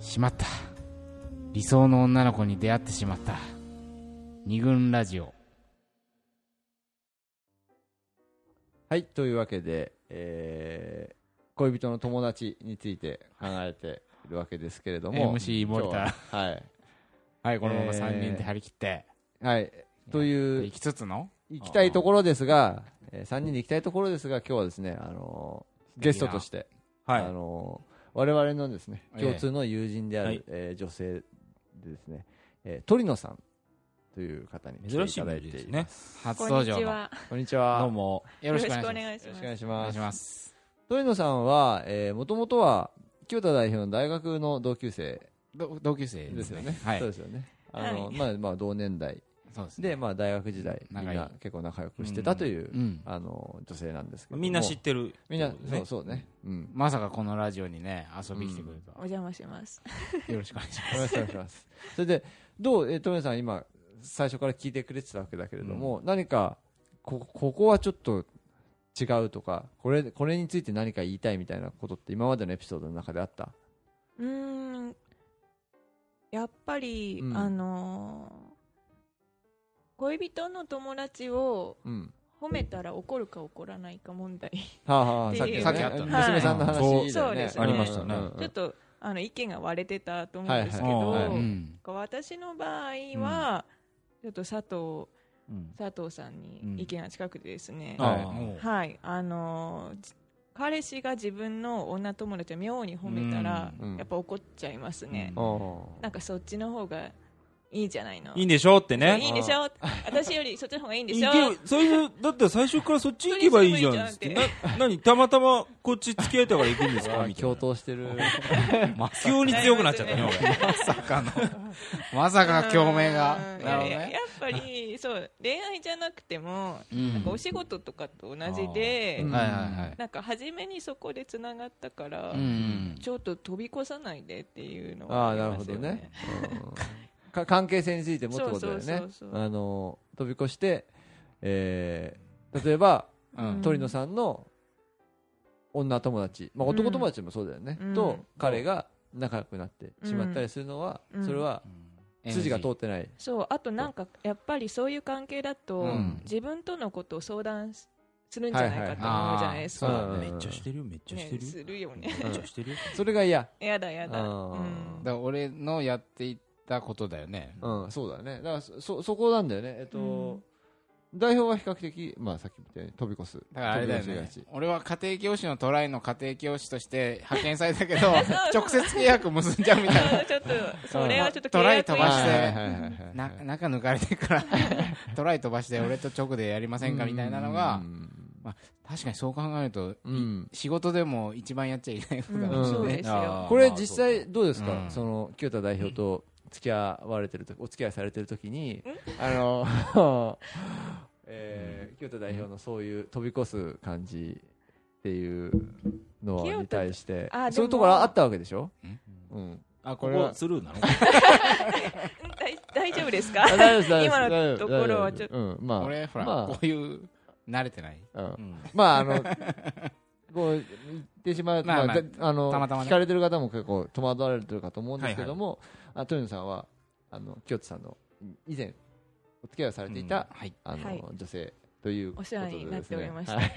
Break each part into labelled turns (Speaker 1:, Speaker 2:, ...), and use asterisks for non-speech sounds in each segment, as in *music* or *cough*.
Speaker 1: しまった理想の女の子に出会ってしまった二軍ラジオ
Speaker 2: はい、というわけで、えー恋人の友達について考えているわけですけれども。
Speaker 1: MC 森
Speaker 2: 今
Speaker 1: 田
Speaker 2: 日は。はい。
Speaker 1: はいこのまま
Speaker 2: えー
Speaker 1: 3人で張り切って、
Speaker 2: はい。という
Speaker 1: 行、きつつの
Speaker 2: 行きたいところですが、え3人で行きたいところですが、今日はですね、あのーゲストとして、
Speaker 1: はい
Speaker 2: あのー我々のですね、
Speaker 1: ええ
Speaker 2: 共通の友人である、
Speaker 3: はい
Speaker 2: えー女性でですね、えー、鳥野さんという方に来ていただいています。
Speaker 3: 珍しい名字で
Speaker 1: 初
Speaker 4: こん
Speaker 1: 登
Speaker 4: に
Speaker 1: 場
Speaker 4: ち
Speaker 1: の
Speaker 4: は。
Speaker 2: こんにちは。
Speaker 3: どうも。
Speaker 1: よろしくお願いします
Speaker 4: よろ
Speaker 2: よろしく
Speaker 1: お
Speaker 2: お願いし
Speaker 4: ます。
Speaker 1: 願
Speaker 2: ま
Speaker 1: いし
Speaker 2: す。
Speaker 1: ます
Speaker 2: 鳥野さんは、えー、もともとは、清田代表の大学の同級生
Speaker 1: ど同級生
Speaker 2: ですよね。
Speaker 1: はい
Speaker 2: そうですよね。
Speaker 4: はい
Speaker 2: あの、まあ、まあ、同年代
Speaker 1: そうですね
Speaker 2: で、まあ、大学時代、みん
Speaker 1: 仲いい
Speaker 2: な結構仲良くしてたという、
Speaker 1: うん
Speaker 2: あの、女性なんですけども。
Speaker 3: みんな知ってる。
Speaker 2: みんな
Speaker 3: という、ことで
Speaker 2: そう
Speaker 3: ね
Speaker 2: そうね。うん。
Speaker 1: まさかこのラジオにね遊びに来てくれると
Speaker 4: お邪魔します。
Speaker 1: よろしくお願いしま
Speaker 2: *laughs* お願いしますお願いします。それで、どう、えー、トメさん今、最初から聞いてくれてたわけだけれども、何か、こ、ここはちょっと違うとか、これ、これについて何か言いたいみたいなことって今までのエピソードの中であった
Speaker 4: うーん。やっぱり、
Speaker 2: うん
Speaker 4: あのー恋人の友達を
Speaker 2: うん。
Speaker 4: 褒めたら怒るか怒らないか問題。
Speaker 2: はあ、は
Speaker 4: っ
Speaker 2: あ、
Speaker 4: て
Speaker 2: さっき,、
Speaker 4: い
Speaker 2: ね、
Speaker 4: うさっきあった
Speaker 1: ね
Speaker 2: 娘さんの話だよ
Speaker 3: は
Speaker 2: ね
Speaker 3: い
Speaker 4: そうですね
Speaker 3: ありましたね
Speaker 2: うんうんうん
Speaker 4: ちょっと、あの、意見が割れてたと思うんですけ
Speaker 3: はい
Speaker 4: ど、
Speaker 3: はい
Speaker 1: す
Speaker 3: は
Speaker 1: う
Speaker 3: い
Speaker 1: ん
Speaker 4: 私の場合は、ちょっと佐藤、
Speaker 3: うん
Speaker 4: 佐藤さんに意見が近くてですね、
Speaker 2: うんはい
Speaker 3: あー
Speaker 4: はい、あのーじ彼氏が自分の女友達を妙に褒めたら、
Speaker 2: うん
Speaker 4: やっぱ怒っちゃいますね、
Speaker 2: ああ
Speaker 4: なんかそっちの方がいいじゃないの
Speaker 3: いいんでしょうって
Speaker 4: い
Speaker 3: ね。
Speaker 4: いんでしょ私よりそっちの方がいいんで
Speaker 3: い
Speaker 4: し
Speaker 3: け
Speaker 4: ょ
Speaker 3: 最初、だって最初からそっち行けばいいじゃんっつって。
Speaker 4: そ
Speaker 3: な
Speaker 4: *laughs* れ、
Speaker 3: 何たまたまこっち付き合えたから行く
Speaker 2: *laughs*
Speaker 3: んです
Speaker 2: う
Speaker 3: か
Speaker 2: わ
Speaker 3: みたい
Speaker 2: 共
Speaker 3: な。
Speaker 2: 闘してる。
Speaker 3: 急に強くなっちゃったね、俺。
Speaker 1: まさかのまさかの共鳴が
Speaker 4: うん
Speaker 1: なるほど
Speaker 4: いやいやや
Speaker 1: ね
Speaker 4: っぱりそう恋愛じゃなくても、
Speaker 1: うん
Speaker 4: なんかお仕事とかと同じで、
Speaker 2: あーうん
Speaker 1: はいはいはい
Speaker 4: なんか初めにそこでつながったから、
Speaker 1: うん
Speaker 4: ちょっと飛び越さないでっていうの
Speaker 2: あ
Speaker 4: は
Speaker 2: あ、
Speaker 4: あり
Speaker 2: なる
Speaker 4: ま
Speaker 2: ほ
Speaker 4: す
Speaker 2: ど
Speaker 4: よ
Speaker 2: ね。うんか関係性についてもってことだよ
Speaker 4: そう
Speaker 2: ね
Speaker 4: そうそう。そう
Speaker 2: あの、飛び越して、えー例えば、
Speaker 1: うん
Speaker 4: うん
Speaker 2: 鳥野さんの女友達、まあ、
Speaker 4: うん
Speaker 2: 男友達もそうだよね、
Speaker 4: うん
Speaker 2: と彼が仲良くなってしまったりするのは、
Speaker 4: うん
Speaker 2: それは筋が通ってない、
Speaker 4: そうあとなんかやっぱりそういう関係だと、
Speaker 1: うん
Speaker 4: 自分とのことを相談すするんじゃないかと思うじゃないですか、
Speaker 2: は
Speaker 3: そ
Speaker 2: いは
Speaker 3: う
Speaker 2: うん
Speaker 3: *laughs* めっちゃしてるよ、めっちゃして
Speaker 4: ね、
Speaker 3: る
Speaker 4: す
Speaker 3: よ。
Speaker 4: るよね *laughs*
Speaker 3: めっちゃしてるよ。
Speaker 2: それが嫌、
Speaker 4: やだやだ、
Speaker 2: あ
Speaker 4: う
Speaker 2: ー
Speaker 4: ん
Speaker 1: だから俺のやっていったことだよね
Speaker 2: うん、そうだねだからそそそこなんだよねえっと、
Speaker 4: うん
Speaker 2: 代表は比較的、まあ、さっきみたいに飛び越す
Speaker 1: だからあれだよ
Speaker 2: 飛び越
Speaker 1: ね
Speaker 2: しがち
Speaker 1: 俺は家庭教師のトライの家庭教師として派遣された
Speaker 4: *laughs*
Speaker 1: けど直接契約結んじゃうみたいな
Speaker 4: あーちょっとそれはちょっと
Speaker 1: ト
Speaker 4: 契
Speaker 1: ライ
Speaker 4: 約
Speaker 1: 飛ば
Speaker 2: は
Speaker 1: し
Speaker 2: い
Speaker 1: て
Speaker 2: はいはいはいはい *laughs*
Speaker 1: な中抜かれてるから *laughs* トライ飛ばして俺と直でやりませんかみたいなのが
Speaker 2: うん
Speaker 1: 確かにそう考えると
Speaker 2: うん
Speaker 1: 仕事でも一番やっちゃいけないことだもんね
Speaker 2: うん
Speaker 4: そうですよ
Speaker 3: あー
Speaker 2: これ実際どうですか、
Speaker 1: うん
Speaker 2: その清田代表と付き合われてるとお付き合いされてる時にあ
Speaker 1: *laughs*
Speaker 2: の、えー清田代表のそういう飛び越す感じっていうのは
Speaker 4: 清田
Speaker 2: に対して
Speaker 4: あでも
Speaker 2: そういうところあったわけでしょ
Speaker 1: ん、
Speaker 2: うん、
Speaker 3: あ、
Speaker 2: こ
Speaker 3: こ
Speaker 2: れ
Speaker 3: こ
Speaker 2: は
Speaker 3: スルーなの
Speaker 4: 大大丈夫ですか
Speaker 2: あ大丈夫です大丈夫です
Speaker 4: *laughs* 今のところは
Speaker 2: 大
Speaker 4: ち
Speaker 2: 丈夫
Speaker 4: ょ
Speaker 2: 大丈
Speaker 4: っ
Speaker 2: 夫うんまあ
Speaker 1: 俺ほら、
Speaker 2: まあ
Speaker 1: こういう慣れてない
Speaker 2: うん
Speaker 3: うん
Speaker 2: まあ
Speaker 1: *laughs*
Speaker 2: あのこう言ってしまうと、
Speaker 1: まあ
Speaker 2: まあ
Speaker 1: まあ
Speaker 2: であの
Speaker 1: たまたまね
Speaker 2: 聞かれてる方も結構戸惑われてるかと思うんですけども、あ鳥野さんはあの清田さんの以前お付き合いをされていた、
Speaker 1: はい
Speaker 2: あの、
Speaker 4: はい
Speaker 2: 女性ということでです、ね、
Speaker 4: お世話になっておりました
Speaker 2: はい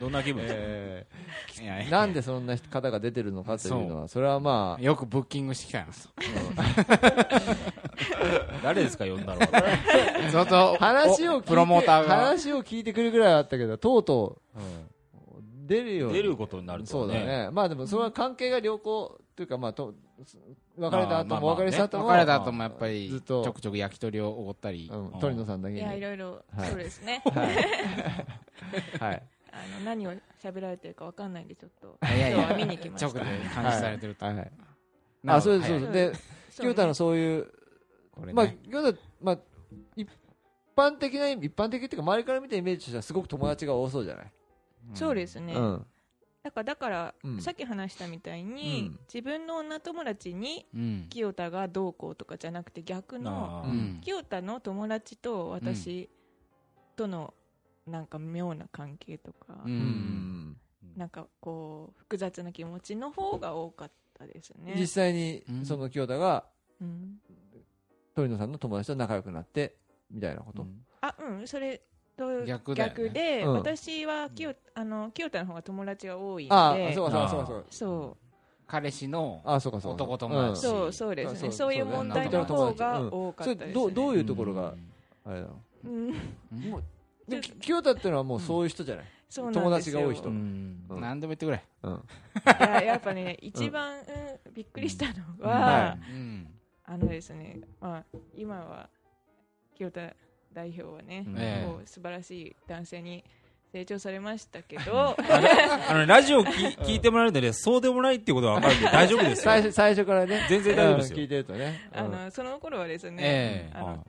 Speaker 3: どんな気分ですか
Speaker 2: え *laughs*
Speaker 1: いやい
Speaker 2: ー
Speaker 1: や
Speaker 2: なんでそんな方が出てるのかというのはそれはまあ
Speaker 1: よくブッキングしてきたんです
Speaker 3: 誰ですか、呼んだのは。
Speaker 1: 相当
Speaker 2: 話を聞いて
Speaker 1: プロモーターが
Speaker 2: 話を聞いてくるぐらいあったけどとうと
Speaker 3: うん
Speaker 2: う出るように
Speaker 3: 出ることになると
Speaker 2: そう
Speaker 3: は
Speaker 2: だ
Speaker 3: ね。
Speaker 2: ねまあでもそれは関係が良好というかまあと別れた後
Speaker 3: まあ
Speaker 2: も
Speaker 3: まあま
Speaker 2: 別
Speaker 3: あね
Speaker 2: れした後も、
Speaker 1: 別れた後もやっぱ
Speaker 2: ずっ
Speaker 1: りち
Speaker 2: と
Speaker 1: ょくちょく焼き鳥をおごったり、
Speaker 2: うん鳥野さんだけ
Speaker 4: とい
Speaker 2: に
Speaker 4: やいろいろ、
Speaker 2: はい
Speaker 4: そうですね
Speaker 2: はい、はい、
Speaker 4: あの何を喋られてるかわかんないんでちょっと
Speaker 1: いやいや
Speaker 4: 今 *laughs* 日は見に来ました
Speaker 1: 直で監視されてると、
Speaker 2: はいはい
Speaker 1: な
Speaker 2: あ
Speaker 1: るほ
Speaker 2: そ
Speaker 1: ど
Speaker 2: うですそうです、で
Speaker 4: そう
Speaker 2: 清田のそういう
Speaker 1: これね、
Speaker 2: まあ、要はまあ、一般的な、一般的っていうか、周りから見たイメージとしては、すごく友達が多そうじゃない、
Speaker 4: そうですね、
Speaker 2: うん。
Speaker 4: だからだから、
Speaker 2: うん
Speaker 4: さっき話したみたいに、
Speaker 2: うん
Speaker 4: 自分の女友達に
Speaker 1: うん
Speaker 4: 清田がどうこうとかじゃなくて逆の
Speaker 3: あ
Speaker 1: う
Speaker 3: ー
Speaker 1: ん
Speaker 4: 清田の友達と私とのなんか妙な関係とか、
Speaker 1: うん
Speaker 2: うん
Speaker 4: なんかこう複雑な気持ちの方が多かっったですね。
Speaker 2: 実際に
Speaker 1: うん
Speaker 2: その清田が
Speaker 4: うん、
Speaker 2: 鳥野さんの友達と仲良くなってみたいなこと、
Speaker 4: あ、うん、それと
Speaker 1: 逆だよ
Speaker 4: 逆
Speaker 1: ね
Speaker 4: で、
Speaker 2: うん
Speaker 4: 私は清あの清田の方が友達が多いの
Speaker 2: ああ
Speaker 4: で、
Speaker 2: そうかそうかそうかそうか
Speaker 4: そ
Speaker 1: 彼氏の
Speaker 2: ああそうかそうか
Speaker 1: 男友
Speaker 4: う
Speaker 1: 達
Speaker 4: そうそうですね
Speaker 2: そう
Speaker 4: そう
Speaker 2: そう
Speaker 4: いう問題の方が多か
Speaker 2: そ
Speaker 4: っ
Speaker 2: れ
Speaker 4: たです、ね
Speaker 2: どうどういうところ
Speaker 1: う
Speaker 2: が
Speaker 1: ん
Speaker 2: あれなの
Speaker 4: うん
Speaker 1: うん
Speaker 2: もうでき清田っていうのはもうそういう人じゃない、
Speaker 4: そうなんですよ
Speaker 2: 友達が多い人
Speaker 3: うん
Speaker 2: うん
Speaker 1: 何でも言ってくれ
Speaker 2: うん
Speaker 4: いややっぱね一番、うん、びっくりしたのは、
Speaker 2: は
Speaker 1: うん
Speaker 4: あのですね、まあ、今は清田代表はね、
Speaker 1: ええ
Speaker 4: もう素晴らしい男性に成長されましたけ
Speaker 2: *laughs*
Speaker 4: ど
Speaker 3: あのねラジオき聞いてもらえるのでそうでもないっていうことは分かるんで大丈夫ですよ
Speaker 2: 最初最初からね
Speaker 3: 全然大丈夫です
Speaker 2: うん聞
Speaker 3: よ
Speaker 2: いてるとね、
Speaker 4: あのその頃はですね、
Speaker 1: え
Speaker 4: あの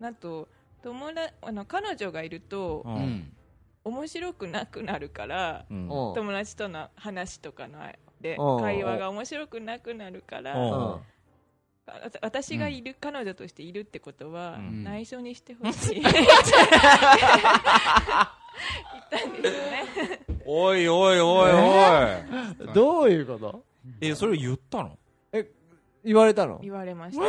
Speaker 4: なんと友達あの彼女がいると
Speaker 1: えうん
Speaker 4: 面白くなくなるから
Speaker 3: うん
Speaker 2: うんうん
Speaker 4: 友達との話とかので
Speaker 2: うん
Speaker 4: 会話が面白くなくなるか
Speaker 3: う
Speaker 4: ら
Speaker 3: ん
Speaker 2: うん
Speaker 4: あ私がいる彼女としているってことは
Speaker 1: うん
Speaker 4: 内緒にしてほしい言ったんですよね。
Speaker 3: おいおいおいおい
Speaker 2: どういうこと
Speaker 3: えそれを言ったの
Speaker 2: 言われたの
Speaker 4: 言われました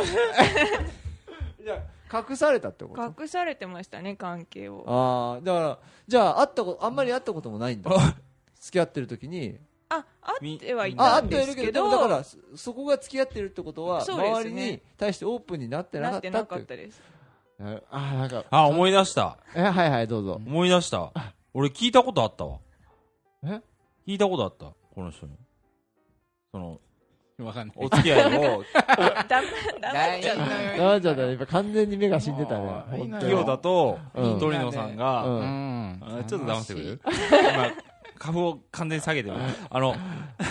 Speaker 2: 隠されたってこと
Speaker 4: 隠されてましたね関係をあ
Speaker 2: ああだからじゃあ会ったことあんまり会ったこともないんだ付き合ってる時に
Speaker 4: あってはい
Speaker 2: あ会
Speaker 4: たん
Speaker 2: ってはい
Speaker 4: で
Speaker 2: る
Speaker 4: す
Speaker 2: け
Speaker 4: け
Speaker 2: どで
Speaker 4: ど
Speaker 2: もだからそそこが付き合ってるってことは、
Speaker 4: そうですね
Speaker 2: 周りに対してオープンになってなかっ
Speaker 4: なって
Speaker 2: た
Speaker 4: な
Speaker 2: って
Speaker 4: か
Speaker 2: い
Speaker 4: っ
Speaker 2: う
Speaker 4: たです
Speaker 2: えあーなんか
Speaker 3: あ思い出した
Speaker 2: えはいはいどうぞ
Speaker 3: 思い出した俺聞いたことあったわ
Speaker 2: え
Speaker 3: 聞いたことあったこの人にその
Speaker 1: わかんない
Speaker 3: お付き合いを
Speaker 4: だま黙っちゃった
Speaker 2: なんじゃだやっぱ完全に目が死んでたね
Speaker 1: もう
Speaker 2: 本当に
Speaker 3: 企業だと
Speaker 2: うん
Speaker 3: 鳥野さんが
Speaker 2: うん
Speaker 1: うん
Speaker 3: あちょっと騙してくれ
Speaker 1: 楽しい
Speaker 3: る今、株を完全に下げてる。あの、 *laughs*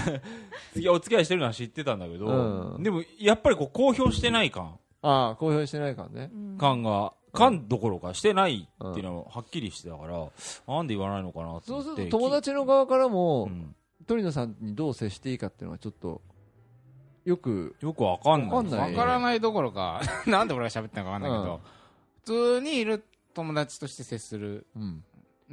Speaker 3: 次お付き合いしてるのは知ってたんだけど、
Speaker 2: うん
Speaker 3: でも、やっぱりこう、公表してない感、
Speaker 2: ああ公表してないからね
Speaker 4: うん
Speaker 3: 感が、感どころかしてないっていうのははっきりしてたから、なんで言わないのかなと
Speaker 2: そ
Speaker 3: 思
Speaker 2: う
Speaker 3: っ
Speaker 2: す
Speaker 3: て。
Speaker 2: ると友
Speaker 3: き
Speaker 2: 達の側からも、
Speaker 3: うん
Speaker 2: 鳥野さんにどう接していいかっていうのはちょっとよく
Speaker 3: よくわかんない。
Speaker 2: わかんな
Speaker 1: わ
Speaker 2: い
Speaker 1: からないどころか *laughs* なんで俺が喋ったのかわかんないけど普通にいる友達として接する
Speaker 2: うん
Speaker 1: ん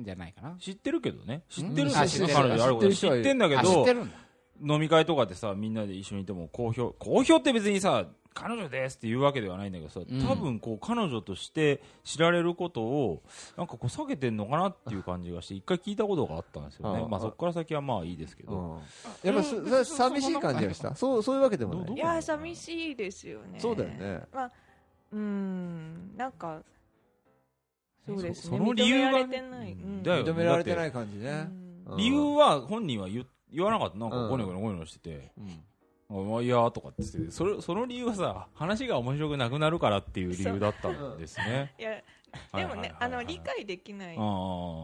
Speaker 1: じゃないかな
Speaker 3: 知ってるけどね。知ってるん
Speaker 1: あ
Speaker 3: ですよ、
Speaker 1: 知ってる
Speaker 3: 彼女あること。
Speaker 2: 知
Speaker 3: 知
Speaker 2: ってる人はいる
Speaker 3: ってんだけ
Speaker 1: あ知っ
Speaker 3: ど
Speaker 1: て、るんだ
Speaker 3: 飲み会とかでさ、みんなで一緒にいても、公表、公表って別にさ、彼女ですって言うわけではないんだけどさ、
Speaker 1: うん
Speaker 3: 多分こう、彼女として知られることを、なんかこう、避けてんのかなっていう感じがして、一回聞いたことがあったんですよ
Speaker 2: あ
Speaker 3: ね
Speaker 2: あ。
Speaker 3: まあ、そこから先はまあいいですけど。
Speaker 2: やっぱそそれ寂しい感じがした *laughs* そうそういうわけでも
Speaker 3: ど
Speaker 2: な
Speaker 3: う
Speaker 2: い
Speaker 4: いや寂しいですよね
Speaker 2: そうだよね
Speaker 4: うんなんかそうです
Speaker 3: そ
Speaker 4: ね
Speaker 3: の理由が
Speaker 4: 認められてない、うん、
Speaker 3: だよ
Speaker 2: 認められてない感じ
Speaker 4: う
Speaker 2: ね
Speaker 4: ん
Speaker 2: うん
Speaker 3: 理由は本人は言言わなかった。なんか
Speaker 2: うん
Speaker 3: ゴニョゴニョゴニョしてて、
Speaker 2: うん
Speaker 3: あまあいやーとかって言ってて、それ、その理由はさ、話が面白くなくなるからっていう理由だったんですね。
Speaker 4: いやでもねあの理解できない
Speaker 3: 解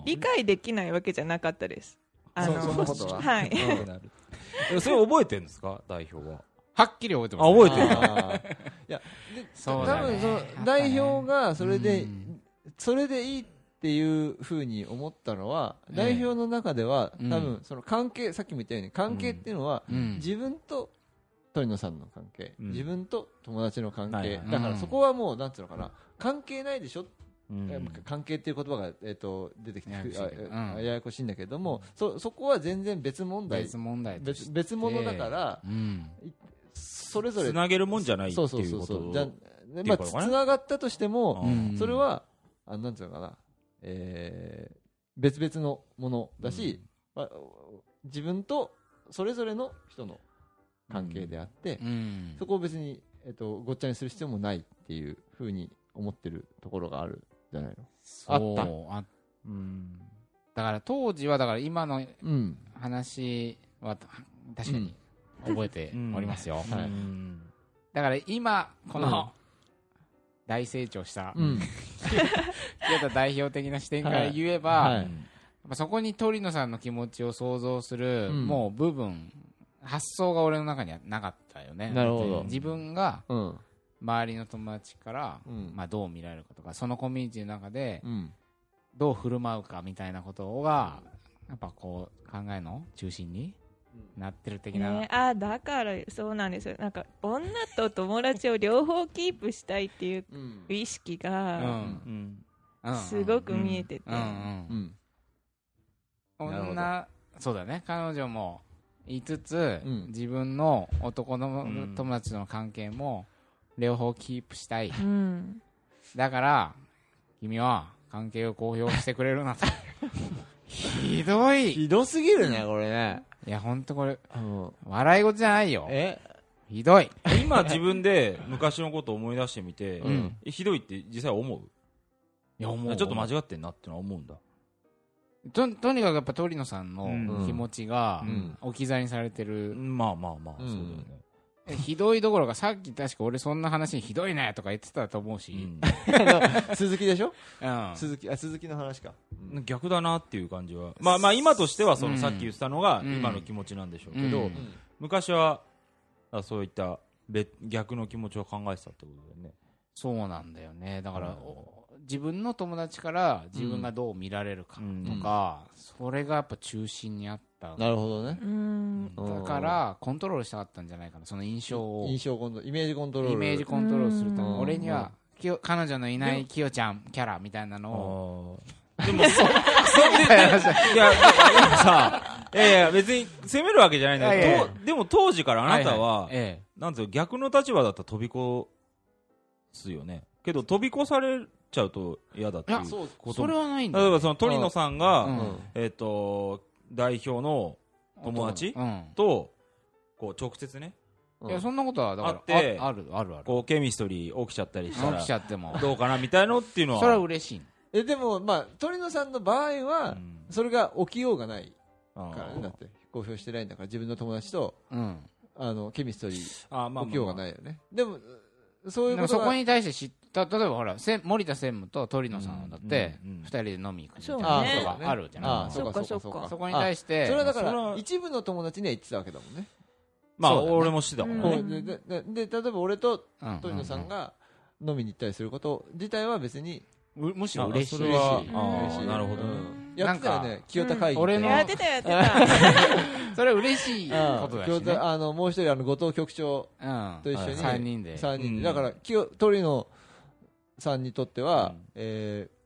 Speaker 4: 理解できないわけじゃなかったですあの
Speaker 2: そうそのことは
Speaker 4: *laughs* はい
Speaker 2: うん
Speaker 3: それ覚えてるんですか代表は。
Speaker 1: はっきり覚えてます
Speaker 3: あ覚えてる
Speaker 2: あーいやで
Speaker 1: そ
Speaker 2: 多
Speaker 1: うだね
Speaker 2: 分その
Speaker 1: あった
Speaker 2: 代
Speaker 1: ね
Speaker 2: 表がそれで
Speaker 1: うん
Speaker 2: それでいいっていうふうに思ったのは
Speaker 1: ええ
Speaker 2: 代表の中では
Speaker 1: うん
Speaker 2: 多分その関係さっきも言ったように関係っていうのは
Speaker 1: うん
Speaker 2: 自分と鳥野さんの関係
Speaker 3: うん
Speaker 2: 自分と友達の関
Speaker 3: はい
Speaker 2: 係
Speaker 3: はい
Speaker 2: だからそこはもうなんていうのかな関係ないでしょ
Speaker 3: うん
Speaker 2: 関係っていう言葉がえっと出てきて
Speaker 1: ややこしいけど
Speaker 2: あ
Speaker 1: うん
Speaker 2: ややこしいんだけどもそそこは全然別問題
Speaker 1: 別問題として
Speaker 2: 別別物だから
Speaker 1: うん
Speaker 2: それぞれ
Speaker 3: つなげるもんじゃないってい
Speaker 2: そうそ
Speaker 3: う
Speaker 2: うそう
Speaker 3: こ
Speaker 2: そ
Speaker 3: と
Speaker 2: う
Speaker 3: を
Speaker 2: じゃ
Speaker 3: ていう
Speaker 2: まあ
Speaker 3: こと
Speaker 2: つ
Speaker 3: かな
Speaker 2: ながったとしても
Speaker 3: う
Speaker 1: うん
Speaker 2: それは、あなんていうのかな、えー別々のものだし、まあ自分とそれぞれの人の関係であって、
Speaker 1: うん
Speaker 2: そこを別に、えっとごっちゃにする必要もないっていうふうに思ってるところがあるじゃないの。
Speaker 1: そうあ
Speaker 3: うん
Speaker 1: だから当時はだから今の
Speaker 2: うん、
Speaker 1: 話は確かに覚えておりますよ、
Speaker 2: はい
Speaker 3: うん
Speaker 1: だから今こ
Speaker 2: うん
Speaker 1: の大成長した
Speaker 2: うん、
Speaker 1: 清田代表的な視点から言えば、
Speaker 2: はい
Speaker 1: やっぱそこに鳥野さんの気持ちを想像する、
Speaker 2: うん
Speaker 1: もう部分発想が俺の中にはなかったよね
Speaker 2: なるほど
Speaker 1: 自分が
Speaker 2: うん、
Speaker 1: 周りの友達から、
Speaker 2: うん
Speaker 1: まあ、どう見られるかとかそのコミュニティの中で
Speaker 2: うん、
Speaker 1: どう振る舞うかみたいなことがやっぱこう考えの中心になってる的な、
Speaker 4: ね、あだからそうなんですよなんか女と友達を両方キープしたいっていう
Speaker 2: うん、
Speaker 4: 意識
Speaker 1: う
Speaker 4: が
Speaker 1: ん
Speaker 3: うん
Speaker 1: うんうん
Speaker 4: すごく見えてて、
Speaker 1: うんうん
Speaker 2: うん、
Speaker 1: 女
Speaker 2: な
Speaker 1: そうだね彼女も言いつつ、
Speaker 2: うん
Speaker 1: 自分の男の
Speaker 3: うん
Speaker 1: 友達との関係も両方キープしたい。
Speaker 4: うん
Speaker 1: だから、君は関係を公表してくれるなと。ひどい。い
Speaker 2: ひどすぎるね、これね。
Speaker 1: や、ほんとこれ、
Speaker 2: うん
Speaker 1: 笑い事じゃないよ。
Speaker 2: え
Speaker 1: ひどい。
Speaker 3: 今自分で昔のことを思い出してみて、
Speaker 1: うん
Speaker 3: ひどいって実際思う
Speaker 1: いや、も
Speaker 3: あ
Speaker 1: う。
Speaker 3: ちょっと
Speaker 1: ま
Speaker 3: 間違ってんなってのは思うんだ
Speaker 1: と、とにかくやっぱ鳥野さん
Speaker 3: う
Speaker 1: の
Speaker 2: ん
Speaker 1: 気持ちが
Speaker 2: うん
Speaker 1: 置き去りにされてる。
Speaker 3: まあまあまあ、
Speaker 2: うん
Speaker 3: そうだよね、
Speaker 1: えひどいどころか、さっき確か俺そんな話にひどいねとか言ってたと思う
Speaker 3: う
Speaker 1: し。
Speaker 2: *laughs* 鈴木でしょ
Speaker 1: うん。
Speaker 2: 鈴木、あ、鈴木の話か。
Speaker 3: ん逆だなっていう感じはまあまあ今としてはそうの
Speaker 1: ん
Speaker 3: さっき言ってたのが
Speaker 1: うん
Speaker 3: 今の気持ちなんでしょうけど、
Speaker 1: うん
Speaker 2: うん
Speaker 3: 昔はあそういった別逆の気持ちを考えてたってことだよね
Speaker 1: そうなんだよね。だから、
Speaker 3: うん
Speaker 1: お自分の友達から自分がどう見られるかとか、それがやっぱ中心にあった。
Speaker 2: なるほどね。
Speaker 4: うん
Speaker 1: だから、コントロールしたかったんじゃないかな。その印象を。
Speaker 2: 印象コントイメージコントロール。
Speaker 1: イメージコントロールするため
Speaker 2: うん
Speaker 1: 俺にはきよ彼女のいないきよちゃんキャラみたいなのを
Speaker 3: でも、
Speaker 1: *laughs*
Speaker 3: そ、で、でいや、いやさ、いやいや、別に責めるわけじゃないんだ
Speaker 1: いやい
Speaker 3: け
Speaker 1: や
Speaker 3: ど、とでも当時からあなた
Speaker 1: い
Speaker 3: は、
Speaker 1: いえ
Speaker 3: なんていうの逆の立場だったら飛び越すよね。けど飛び越されちゃうと嫌だって
Speaker 1: えい
Speaker 3: いう
Speaker 1: や
Speaker 3: こ
Speaker 1: そ
Speaker 3: とも。
Speaker 1: れはないんだ
Speaker 3: 例え
Speaker 1: よ
Speaker 3: ばその鳥野さん
Speaker 1: う
Speaker 3: が、
Speaker 1: ん
Speaker 3: えっと、代表の友達
Speaker 1: うん
Speaker 3: と、こう直接ね、
Speaker 2: うん
Speaker 1: いやそんなことはだか
Speaker 3: あ
Speaker 1: ら
Speaker 3: って
Speaker 1: ああるあるある
Speaker 3: こうケミストリー起きちゃったりした
Speaker 1: 起
Speaker 3: ら
Speaker 1: きち、ゃっても
Speaker 3: どうかなみたいのっていうのは。
Speaker 1: それは嬉しい
Speaker 2: え、でも、まあ、鳥野さんの場合
Speaker 3: う
Speaker 2: は、
Speaker 3: ん
Speaker 2: それが起きようがない
Speaker 3: あ
Speaker 2: からね。だって、公表してないんだから、自分の友達と、
Speaker 1: うん
Speaker 2: あの、ケミストリー、
Speaker 3: あ、まあ
Speaker 2: 起きようが
Speaker 3: い。
Speaker 2: ないよね。でも、そう
Speaker 1: で
Speaker 2: いうこ
Speaker 1: も
Speaker 2: と
Speaker 1: そこ
Speaker 2: が、
Speaker 1: に対して知った例えばほらせん森田専務と鳥野さんはだって
Speaker 3: うんうんうん
Speaker 1: 二人で飲み行くみたい
Speaker 4: そう
Speaker 1: な
Speaker 4: ね
Speaker 1: ことがあるじゃ
Speaker 2: あ
Speaker 1: な
Speaker 2: あ
Speaker 1: い
Speaker 4: そうか
Speaker 2: そうか
Speaker 4: そうか
Speaker 1: そこに対して
Speaker 2: それはだか
Speaker 3: それ
Speaker 2: ら
Speaker 3: は
Speaker 2: 一部の友達には言ってたわけだもんね。
Speaker 3: まあ、
Speaker 2: そうだね
Speaker 3: 俺もしてたもん
Speaker 4: う
Speaker 3: ね。
Speaker 2: こうでででで例えば俺と
Speaker 1: うん
Speaker 2: 鳥野さん
Speaker 1: う
Speaker 2: が飲みに行ったりすること自体は別に
Speaker 1: うむしろ嬉しい
Speaker 3: あそれは
Speaker 1: 嬉しい
Speaker 2: 嬉し
Speaker 3: あー
Speaker 2: い
Speaker 3: なるほどね
Speaker 2: うんやってたよ
Speaker 1: なん
Speaker 2: ね清田会議
Speaker 1: うん俺の
Speaker 4: やってたやってた
Speaker 1: それは嬉しい
Speaker 2: あ
Speaker 1: ことだし
Speaker 2: 清
Speaker 1: ね
Speaker 2: 田あのもう一人あの後藤局長
Speaker 1: うん
Speaker 2: と一緒
Speaker 3: はい
Speaker 2: に
Speaker 1: 三人で
Speaker 2: 三人
Speaker 3: うん
Speaker 2: でだから清鳥野さんにとっては、
Speaker 3: うん
Speaker 2: えー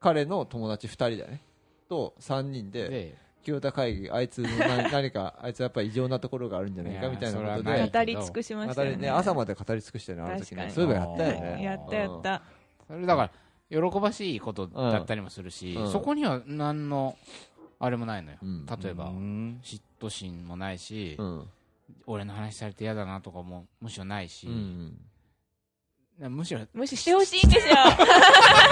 Speaker 2: 彼の友達二人だねと三人で
Speaker 1: で
Speaker 2: 清田会議あいつの何 *laughs* 何かあいつやっぱり異常なところがあるんじゃないかみたいなこと
Speaker 1: いやそれは
Speaker 4: *laughs*
Speaker 1: ない
Speaker 2: で
Speaker 4: 語り尽くしましたよ
Speaker 2: 語り
Speaker 4: ね
Speaker 2: ね朝まで語り尽くしてるあの時
Speaker 4: 確か
Speaker 2: ね
Speaker 4: に
Speaker 2: そういえばやったよ
Speaker 3: で
Speaker 2: ね
Speaker 4: やったやった
Speaker 1: それだから喜ばしいことだったりもするし、
Speaker 2: うん
Speaker 1: そこには何のあれもないのよ、
Speaker 2: うん
Speaker 1: 例えば、
Speaker 3: うん
Speaker 1: 嫉妬心もないし、
Speaker 2: うん
Speaker 1: 俺の話されて嫌だなとかもむしろないし、
Speaker 2: うん
Speaker 1: むしろ
Speaker 4: 無視してほしいんですよ *laughs*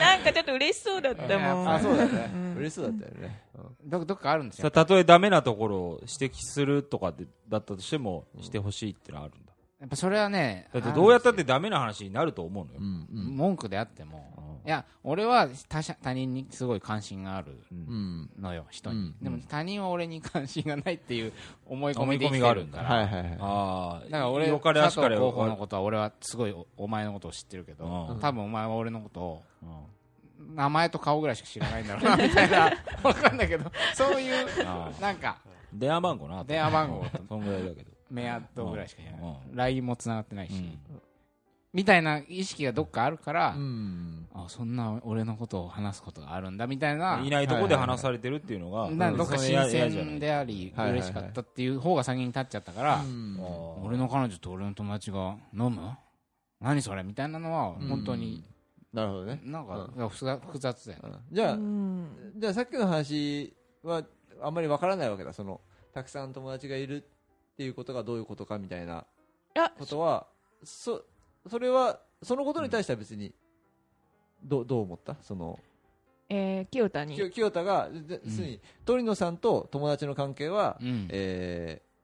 Speaker 4: なんかちょっと嬉しそうだったもん
Speaker 1: あそうだ
Speaker 2: ね
Speaker 4: うん
Speaker 2: 嬉しそうだったよね、うん
Speaker 1: どどっかあるんです
Speaker 3: さ
Speaker 1: よ
Speaker 3: たとえダメなところを指摘するとかでだったとしてもしてほしいってのはあるんだ
Speaker 1: やっぱそれはね
Speaker 3: だってどうやったって
Speaker 1: あ
Speaker 3: ダメな話になると思うのよ、
Speaker 1: るんですよ文句であって
Speaker 3: う
Speaker 1: も、
Speaker 3: ん
Speaker 1: いや俺は他者他人にすごい関心がある
Speaker 2: うん
Speaker 1: のよ人に、
Speaker 2: うん
Speaker 1: でも他人は俺に関心がないっていう思い込みで生
Speaker 3: 思い込み
Speaker 1: き
Speaker 3: があ
Speaker 1: て
Speaker 3: るん
Speaker 1: る
Speaker 3: だ
Speaker 1: か
Speaker 3: な
Speaker 1: ら
Speaker 2: はいはいはい
Speaker 3: ああ
Speaker 1: だから俺、
Speaker 3: よかれあし
Speaker 1: 佐
Speaker 3: か
Speaker 1: 藤
Speaker 3: れ
Speaker 1: 候補のことは俺はすごいお前のことを知ってるけど、
Speaker 3: うん
Speaker 1: 多分お前は俺のことを
Speaker 3: うん
Speaker 1: 名前と顔ぐらいしか知らないんだろう
Speaker 3: *laughs*
Speaker 1: なみたいなわかんないけどそういう
Speaker 3: あ
Speaker 1: なんか
Speaker 3: 電話番号な
Speaker 1: 電話番号
Speaker 3: とそんぐらいだけど
Speaker 1: 目アドぐらいしか知らな
Speaker 3: う
Speaker 1: い
Speaker 3: ん
Speaker 1: LINE もつながってないし、
Speaker 3: うん
Speaker 1: みたいな意識がどっかあるから、
Speaker 2: うん
Speaker 1: あそんな俺のことを話すことがあるんだみたいな。
Speaker 3: いないとこで話されてるっていうのが
Speaker 1: なんかどっか新鮮
Speaker 3: で
Speaker 1: であり
Speaker 2: はいはいはい
Speaker 1: 嬉しかったっていう方が先に立っちゃったから、俺
Speaker 3: 俺
Speaker 1: の彼女と俺の友達が飲む何それみたいなのは本当に
Speaker 2: なるほどね、
Speaker 1: なんか
Speaker 2: うん、
Speaker 1: いや複雑複雑だよね。
Speaker 2: うんじゃあ
Speaker 4: うん
Speaker 2: じゃあさっきの話はあんまりわからないわけだそのたくさん友達がいるっていうことがどういうことかみたいない
Speaker 4: や
Speaker 2: ことはそそれはそのことに対しては別に、どうどう思ったその
Speaker 4: えー清田
Speaker 2: き
Speaker 4: に
Speaker 2: よ清田がで
Speaker 1: うん
Speaker 2: すでに鳥野さんと友達の関係は、
Speaker 1: うん。
Speaker 2: えー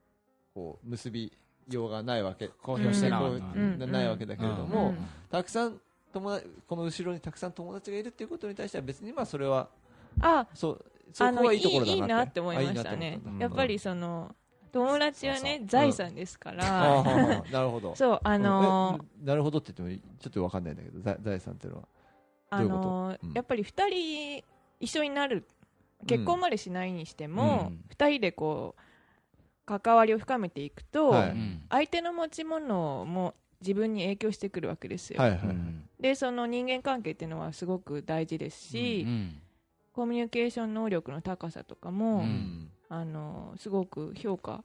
Speaker 2: こう結びようがないわけ
Speaker 1: 公表してなか
Speaker 2: こ
Speaker 1: っ
Speaker 2: う
Speaker 1: たな。
Speaker 4: ん
Speaker 2: なないわけだけれども、
Speaker 4: うん
Speaker 2: たくさん友達この後ろにたくさん友達がいるっていうことに対しては別にまあそれは
Speaker 4: あ
Speaker 2: そうそ
Speaker 4: あ
Speaker 2: こ
Speaker 4: の
Speaker 2: はいいいところだなって
Speaker 4: いいなって思いました
Speaker 2: あいいな
Speaker 4: ね
Speaker 2: って思
Speaker 4: やっぱりその友達はね財産ですか
Speaker 2: あ
Speaker 4: ら
Speaker 2: あああなるほど
Speaker 4: そうあのー
Speaker 2: えなるほどって言ってもちょっとわかんないんだけどざ財産っていうのは
Speaker 4: あ
Speaker 2: どういうこと
Speaker 4: のー
Speaker 2: うん
Speaker 4: やっぱり2人一緒になる結婚までしないにしても、
Speaker 3: うん
Speaker 4: 2人でこう関わりを深めていくと、
Speaker 2: は
Speaker 1: う
Speaker 2: い
Speaker 1: ん
Speaker 4: 相手の持ち物も自分に影響してくるわけですよ、
Speaker 2: はいはい、
Speaker 4: でその人間関係っていうのはすごく大事ですし、
Speaker 1: うん
Speaker 4: コミュニケーション能力の高さとかも、
Speaker 1: う
Speaker 2: うんん
Speaker 4: あのすごく評価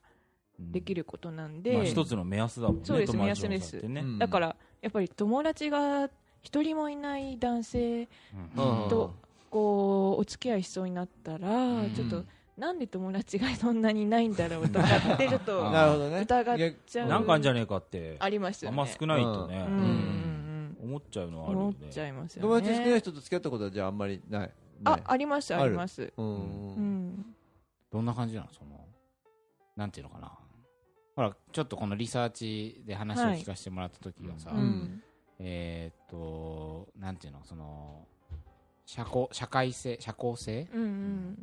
Speaker 4: でき
Speaker 1: る。
Speaker 4: ることなんで、
Speaker 3: まあ、一つの目安だもんね、
Speaker 4: そうです
Speaker 3: 友達の
Speaker 4: 目
Speaker 3: 多
Speaker 4: 安で
Speaker 3: さ
Speaker 4: す
Speaker 3: ってね。
Speaker 2: うん
Speaker 4: だからやっぱり友達が一人もいない男性
Speaker 2: うん
Speaker 4: とこうお付き合いしそうになったら、
Speaker 1: うん
Speaker 4: ちょっとなんで友達がそんなにいないんだろうとかってちょっ
Speaker 1: あ
Speaker 4: と
Speaker 2: なるほどね
Speaker 4: 疑っ
Speaker 2: 逆
Speaker 4: ちゃう
Speaker 3: なんかあんじゃねえかって、
Speaker 4: あります
Speaker 3: あ
Speaker 4: よ
Speaker 3: ん
Speaker 4: ね
Speaker 3: ま少ないとね
Speaker 4: う、んうん
Speaker 3: 思っちゃうの
Speaker 4: う
Speaker 3: はあ
Speaker 4: ん
Speaker 3: る
Speaker 4: 思
Speaker 3: よ
Speaker 4: っちゃ
Speaker 3: ね。
Speaker 4: います
Speaker 2: 友
Speaker 4: よ
Speaker 2: 達好きな
Speaker 4: ね
Speaker 2: 人と付き合ったことはじゃああんまりない
Speaker 4: あ
Speaker 2: ない
Speaker 4: あります
Speaker 2: ある
Speaker 4: あります
Speaker 2: うん
Speaker 4: うん
Speaker 1: どんな感じなのその、なんていうのかな。ほら、ちょっとこのリサーチで話を
Speaker 4: はい
Speaker 1: 聞かせてもらった時がさ、
Speaker 4: うんん
Speaker 1: えーっと、なんていうのその、社交、社会性、社交性
Speaker 4: うんうん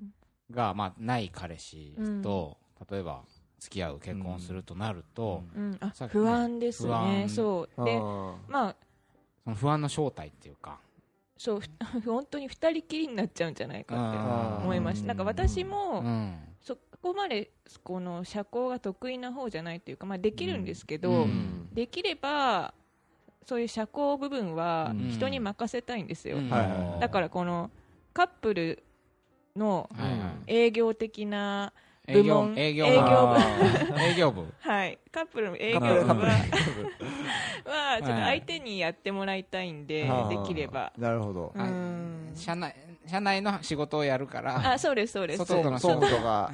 Speaker 1: が、まあ、ない彼氏と、例えば、付き合う、結婚するとなると、
Speaker 4: うんあ
Speaker 1: さっきね
Speaker 4: 不安です
Speaker 1: 不
Speaker 4: ね
Speaker 1: 安
Speaker 4: そうで
Speaker 2: あ
Speaker 4: まあ
Speaker 1: その不安の正体っていうか、
Speaker 4: そうふ *laughs* 本当に二人きりになっちゃうんじゃないかっ
Speaker 2: う
Speaker 4: て
Speaker 2: ん
Speaker 4: 思いましたなんか私も、
Speaker 1: うん。
Speaker 4: そこまでこの社交が得意な方じゃないというか、まあ、できるんですけど、
Speaker 1: う
Speaker 2: ー
Speaker 1: ん
Speaker 4: できればそういう社交部分は
Speaker 1: うん
Speaker 4: 人に任せたいんですよ、
Speaker 1: うん
Speaker 2: はいはい
Speaker 4: だから、このカップルの
Speaker 1: はいはい
Speaker 4: 営業的な、
Speaker 1: 営業
Speaker 4: 部門
Speaker 1: 営業
Speaker 4: 営業部
Speaker 1: あー *laughs* 営業部
Speaker 4: はい、カップルの営
Speaker 2: カ
Speaker 4: 業
Speaker 2: ップ
Speaker 4: 部
Speaker 2: ルカ
Speaker 4: は
Speaker 2: ップル
Speaker 4: はちょっと相手にやってもらいたいんで、
Speaker 2: あ
Speaker 4: で
Speaker 2: ー
Speaker 4: きれば。
Speaker 2: なるほど
Speaker 1: はい
Speaker 4: うん
Speaker 1: 社内社内の仕事をやるから
Speaker 4: あそうですそうです
Speaker 1: 外
Speaker 4: そう
Speaker 1: から
Speaker 2: 総
Speaker 1: の
Speaker 2: 務とか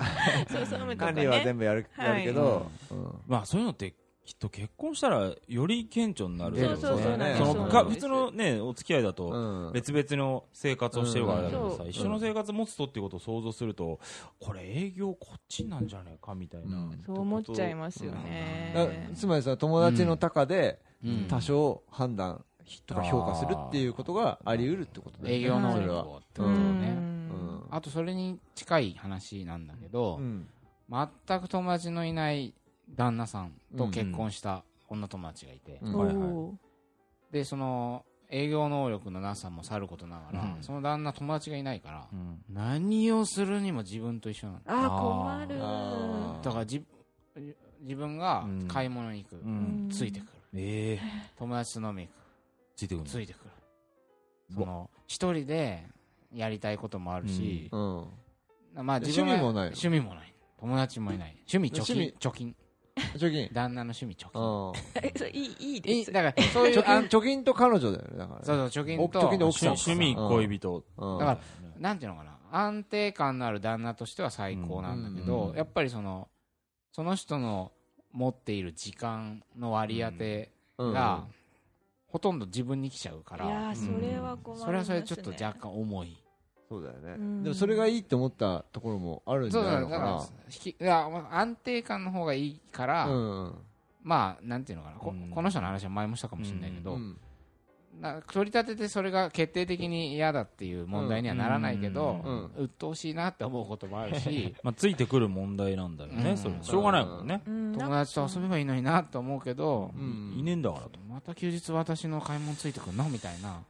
Speaker 4: そうそう務とか
Speaker 2: 管理は
Speaker 4: ね
Speaker 2: 全部やるやるけどうん
Speaker 3: まあ、そういうのって、きっと結婚したら、より顕著になる
Speaker 1: そうそうそうそ
Speaker 3: よね
Speaker 1: うなんです
Speaker 3: その
Speaker 1: そう
Speaker 3: か
Speaker 1: なん
Speaker 4: で
Speaker 3: 普
Speaker 4: す
Speaker 3: 通のね、お付き合いだと、
Speaker 2: うん
Speaker 3: 別々の生活をしてるからだけどさ、
Speaker 4: うん
Speaker 3: 一緒の生活持つとっていうことを想像すると、これ営業こっちなんじゃねえかみたいな、
Speaker 2: うん
Speaker 4: そう思っちゃいますよね、
Speaker 2: だつまりその友達の高で
Speaker 1: うん
Speaker 2: 多少判断とか評価するっていうことがあり得るってことだよね
Speaker 1: 営業能
Speaker 2: それ
Speaker 1: 力
Speaker 2: は
Speaker 1: をって
Speaker 2: う
Speaker 1: こ
Speaker 2: ん
Speaker 1: と
Speaker 2: うん
Speaker 1: ね
Speaker 2: うん
Speaker 1: あとそれに近い話なんだけど
Speaker 2: うん
Speaker 1: 全く友達のいない旦那さんと結婚した女友達がいて
Speaker 2: うん
Speaker 4: お
Speaker 3: はいはい
Speaker 4: ー
Speaker 1: でその営業能力のなさもさることながら
Speaker 3: うん
Speaker 1: その旦那友達がいないから
Speaker 3: うん
Speaker 1: 何をするにも自分と一緒なの
Speaker 4: あ
Speaker 3: あー
Speaker 4: ー困る
Speaker 2: あー
Speaker 1: だからじ自分が買い物に行く
Speaker 3: うん
Speaker 1: ついてくる
Speaker 3: ええ
Speaker 1: 友達と飲み行く
Speaker 3: ついてくるの
Speaker 1: ついてくるその一人でやりたいこともあるし、
Speaker 2: うん
Speaker 1: まあ自分は
Speaker 2: 趣味もない
Speaker 1: 趣味もない友達もいない趣味貯金
Speaker 2: 趣
Speaker 1: 貯金
Speaker 2: 貯金
Speaker 1: 旦那の趣味貯
Speaker 2: う
Speaker 1: 金
Speaker 2: ん
Speaker 4: えそれいいいい
Speaker 1: い
Speaker 4: です
Speaker 1: だからそういう
Speaker 2: 貯
Speaker 1: あん
Speaker 2: 金貯金と彼女だよねだからね
Speaker 1: そうそう貯金と
Speaker 2: 貯金で奥
Speaker 3: 趣
Speaker 2: さん
Speaker 3: 趣味、
Speaker 2: うん
Speaker 3: 恋人、
Speaker 2: うん
Speaker 1: だからなんていうのかな安定感のある旦那としては最高なんだけど、
Speaker 2: うん
Speaker 1: やっぱりそのその人の持っている時間の割り当て
Speaker 2: うん
Speaker 1: が、ほとんど自分に来ちゃうか
Speaker 4: いや
Speaker 1: ら、
Speaker 4: ーそれは困りますね
Speaker 1: それはそれでちょっと若干重い
Speaker 2: そうだよね、
Speaker 4: うん
Speaker 2: でもそれがいいって思ったところもあるんじ
Speaker 1: そ
Speaker 2: ゃ
Speaker 1: う
Speaker 2: な
Speaker 1: だ
Speaker 2: い
Speaker 1: ね
Speaker 2: の
Speaker 1: だ
Speaker 2: か
Speaker 1: から引きいやまあ安定感の方がいいから、
Speaker 2: なうん
Speaker 1: まあなんていうのかなこ,、
Speaker 3: うん
Speaker 1: この人の話は前もしたかもしれないけ
Speaker 2: う
Speaker 1: ど、
Speaker 2: ん
Speaker 1: な取り立ててそれが決定的に嫌だっていう問題にはならないけど、
Speaker 2: うんうん
Speaker 1: 鬱陶しいなって思うこともあるし
Speaker 3: まあ、ついてくる問題なんだよね、
Speaker 1: うん
Speaker 3: それしょうがないもんね、
Speaker 4: うん
Speaker 1: 友達と遊べばいいのになって思うけど、
Speaker 2: うん
Speaker 3: いねえんだからと、
Speaker 1: また休日私の買い物ついてくんのみたいな、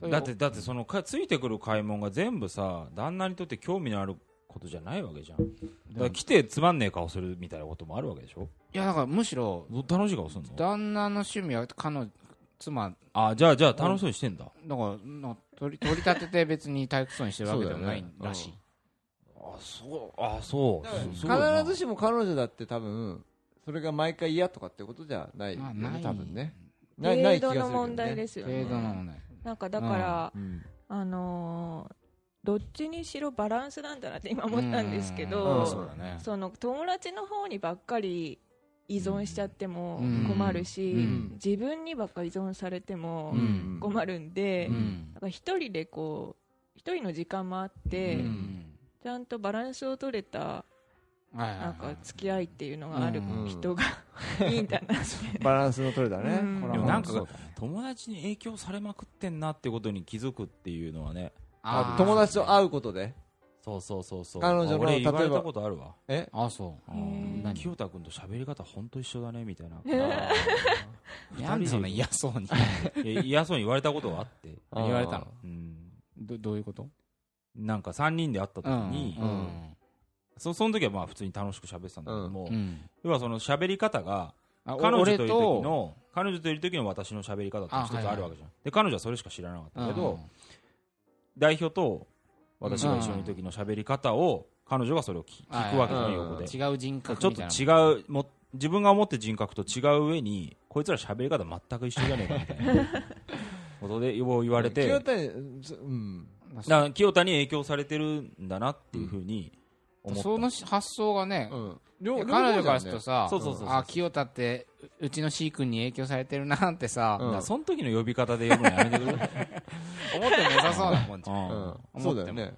Speaker 1: そういう
Speaker 3: だってだってそのかついてくる買い物が全部さ旦那にとって興味のあることじゃないわけじゃんだから来てつまんねえ顔するみたいなこともあるわけでしょ
Speaker 1: いやだからむしろ
Speaker 3: ど楽しい顔すんの
Speaker 1: 旦那の趣味は彼女妻
Speaker 3: あじゃあじゃあ楽しそうにしてんだ、
Speaker 1: だからの取り取り立てて別に退屈そうにしてるわけでもないらしい、
Speaker 3: あそうあそうすごいな
Speaker 2: 必ずしも彼女だって多分それが毎回嫌とかってことじゃないよ
Speaker 1: まあ
Speaker 2: ね、
Speaker 1: ない
Speaker 2: 多分ねな
Speaker 4: 程
Speaker 2: いない気が
Speaker 4: 度
Speaker 2: するけど
Speaker 4: の
Speaker 2: ね
Speaker 4: 問題ですよね
Speaker 1: 程度の問題
Speaker 4: なんかだから、
Speaker 2: うん
Speaker 4: あのーどっちにしろバランスなんだなって今思ったんですけ
Speaker 2: うんうん
Speaker 4: ど、
Speaker 1: そうだね
Speaker 4: その友達の方にばっかり依存しちゃっても
Speaker 1: うん
Speaker 4: 困るし、
Speaker 1: うん
Speaker 4: 自分にばっかり依存されても
Speaker 1: うん
Speaker 4: 困るんで、
Speaker 1: う
Speaker 4: なん
Speaker 1: ん
Speaker 4: か一人でこう一人の時間もあって、
Speaker 1: うん
Speaker 4: ちゃんとバランスを取れた
Speaker 1: はいはいはい
Speaker 4: なんか付き合いっていうのがある
Speaker 2: うん
Speaker 4: 人が、いいんだなって。
Speaker 2: バランスの取れたね、
Speaker 4: うん
Speaker 1: これ
Speaker 3: で
Speaker 1: は
Speaker 3: もなんか
Speaker 1: そうだ
Speaker 3: 友達に影響されまくってんなってことに気づくっていうのはね
Speaker 1: ー
Speaker 2: あ友達と会うことで
Speaker 3: そうそうそうそう
Speaker 2: 彼女の
Speaker 3: あ俺
Speaker 2: 例えば
Speaker 3: 言われたことあるわ
Speaker 2: え
Speaker 1: あそう
Speaker 4: ー
Speaker 1: 何
Speaker 3: 清田君と喋り方本当一緒だねみたいな
Speaker 1: なんでそんな嫌そうに
Speaker 3: いや嫌そうに言われたことがあって、
Speaker 2: あー
Speaker 1: 言われたの
Speaker 3: うん、
Speaker 1: どどういうこと
Speaker 3: なんか3人で会った時に、
Speaker 1: うん
Speaker 3: そその時はまあ普通に楽しく喋ってたんだけども、
Speaker 1: うん
Speaker 3: 要はその喋り方が
Speaker 1: あお
Speaker 3: 彼女とい
Speaker 1: 俺
Speaker 3: る時の彼女といる時の私の喋り方って一つあるわけじゃん、で彼女はそれしか知らなかったけど、代表と私が一緒にいる時の喋り方を彼女がそれを聞聞くわけじゃん、
Speaker 2: うん
Speaker 3: 横で。ち
Speaker 1: 違う人
Speaker 3: ょっ
Speaker 1: 格
Speaker 3: と
Speaker 1: みたいな
Speaker 3: 違う、も自分が思ってる人格と違う上に、こいつら喋り方全く一緒じゃねえかみた
Speaker 1: *laughs*
Speaker 3: いなことでよう言われて、
Speaker 2: 清
Speaker 3: だか
Speaker 2: 谷うん
Speaker 3: ら清田に影響されてるんだなっていうふうに思った。
Speaker 1: その発想がね、
Speaker 2: うん
Speaker 1: い
Speaker 2: 両
Speaker 1: や
Speaker 2: 両方
Speaker 1: 彼女からす
Speaker 2: じゃ
Speaker 1: る
Speaker 2: んね
Speaker 1: とさ、
Speaker 3: そうそうそうそう
Speaker 1: あ清田ってううちの C 君に影響されてるなってさ、
Speaker 2: うん
Speaker 3: だからその時の呼び方で呼ぶのやめてくれ。
Speaker 1: 思っても良さそうな
Speaker 3: *laughs*
Speaker 1: もんじゃん。
Speaker 2: う
Speaker 1: 思っても
Speaker 2: んそうだよね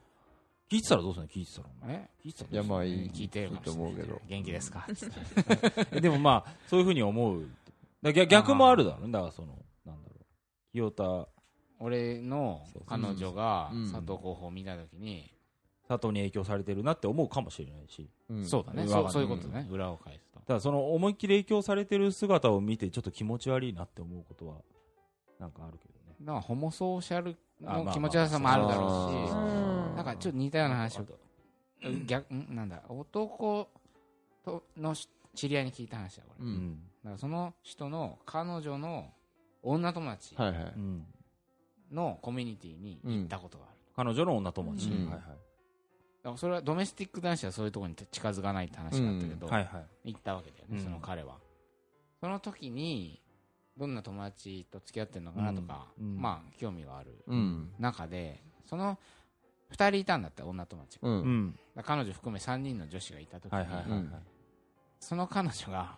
Speaker 3: 聞いてたらどうするの聞いてたら。
Speaker 1: え
Speaker 3: 聞いてたら
Speaker 2: いやまあいい
Speaker 1: 聞いてるかもしれない
Speaker 2: いいと思うけど
Speaker 1: 元気ですかつって
Speaker 3: えでもまあ、そういうふうに思う。だ逆逆もあるだろうね。だからその、なんだろう。清田、
Speaker 1: 俺の彼女が
Speaker 2: うん
Speaker 1: 佐藤候補を見たときに、
Speaker 3: 佐藤に影響されてるなって思うかもしれないし。
Speaker 2: うん
Speaker 1: そうだね、
Speaker 3: うん
Speaker 1: そうそういうことね、裏を返すと。
Speaker 3: ただその思いっきり影響されてる姿を見て、ちょっと気持ち悪いなって思うことは、なんかあるけどね。
Speaker 1: だからホモソーシャル
Speaker 3: あまあま
Speaker 1: の
Speaker 3: あ
Speaker 1: 気持ち悪さもあるだろうし、
Speaker 4: あー
Speaker 1: なんかちょっと似たような話を
Speaker 3: あと
Speaker 1: 逆んなんだ男とのし知り合いに聞いた話だこれ、
Speaker 2: う
Speaker 1: だ
Speaker 2: ん
Speaker 1: からその人の彼女の女友達
Speaker 2: はいはい
Speaker 3: うん
Speaker 1: のコミュニティに行ったことがある、
Speaker 3: 彼女の女友達。
Speaker 2: うん
Speaker 3: はい
Speaker 1: だからそれはドメスティック男子はそういうところに近づかないって話だったけど、
Speaker 3: はい。はいはい。
Speaker 1: 行ったわけだよね、
Speaker 3: うん
Speaker 1: その彼はその時にどんな友達と付き合ってるのかなとか、
Speaker 3: うんうん
Speaker 1: まあ興味がある
Speaker 2: うん
Speaker 1: 中でその2人いたんだって女友達が
Speaker 2: う
Speaker 3: うんん。
Speaker 1: だから彼女含め3人の女子がいた時に、
Speaker 3: はいはいはいはい。
Speaker 2: うん
Speaker 1: その彼女が、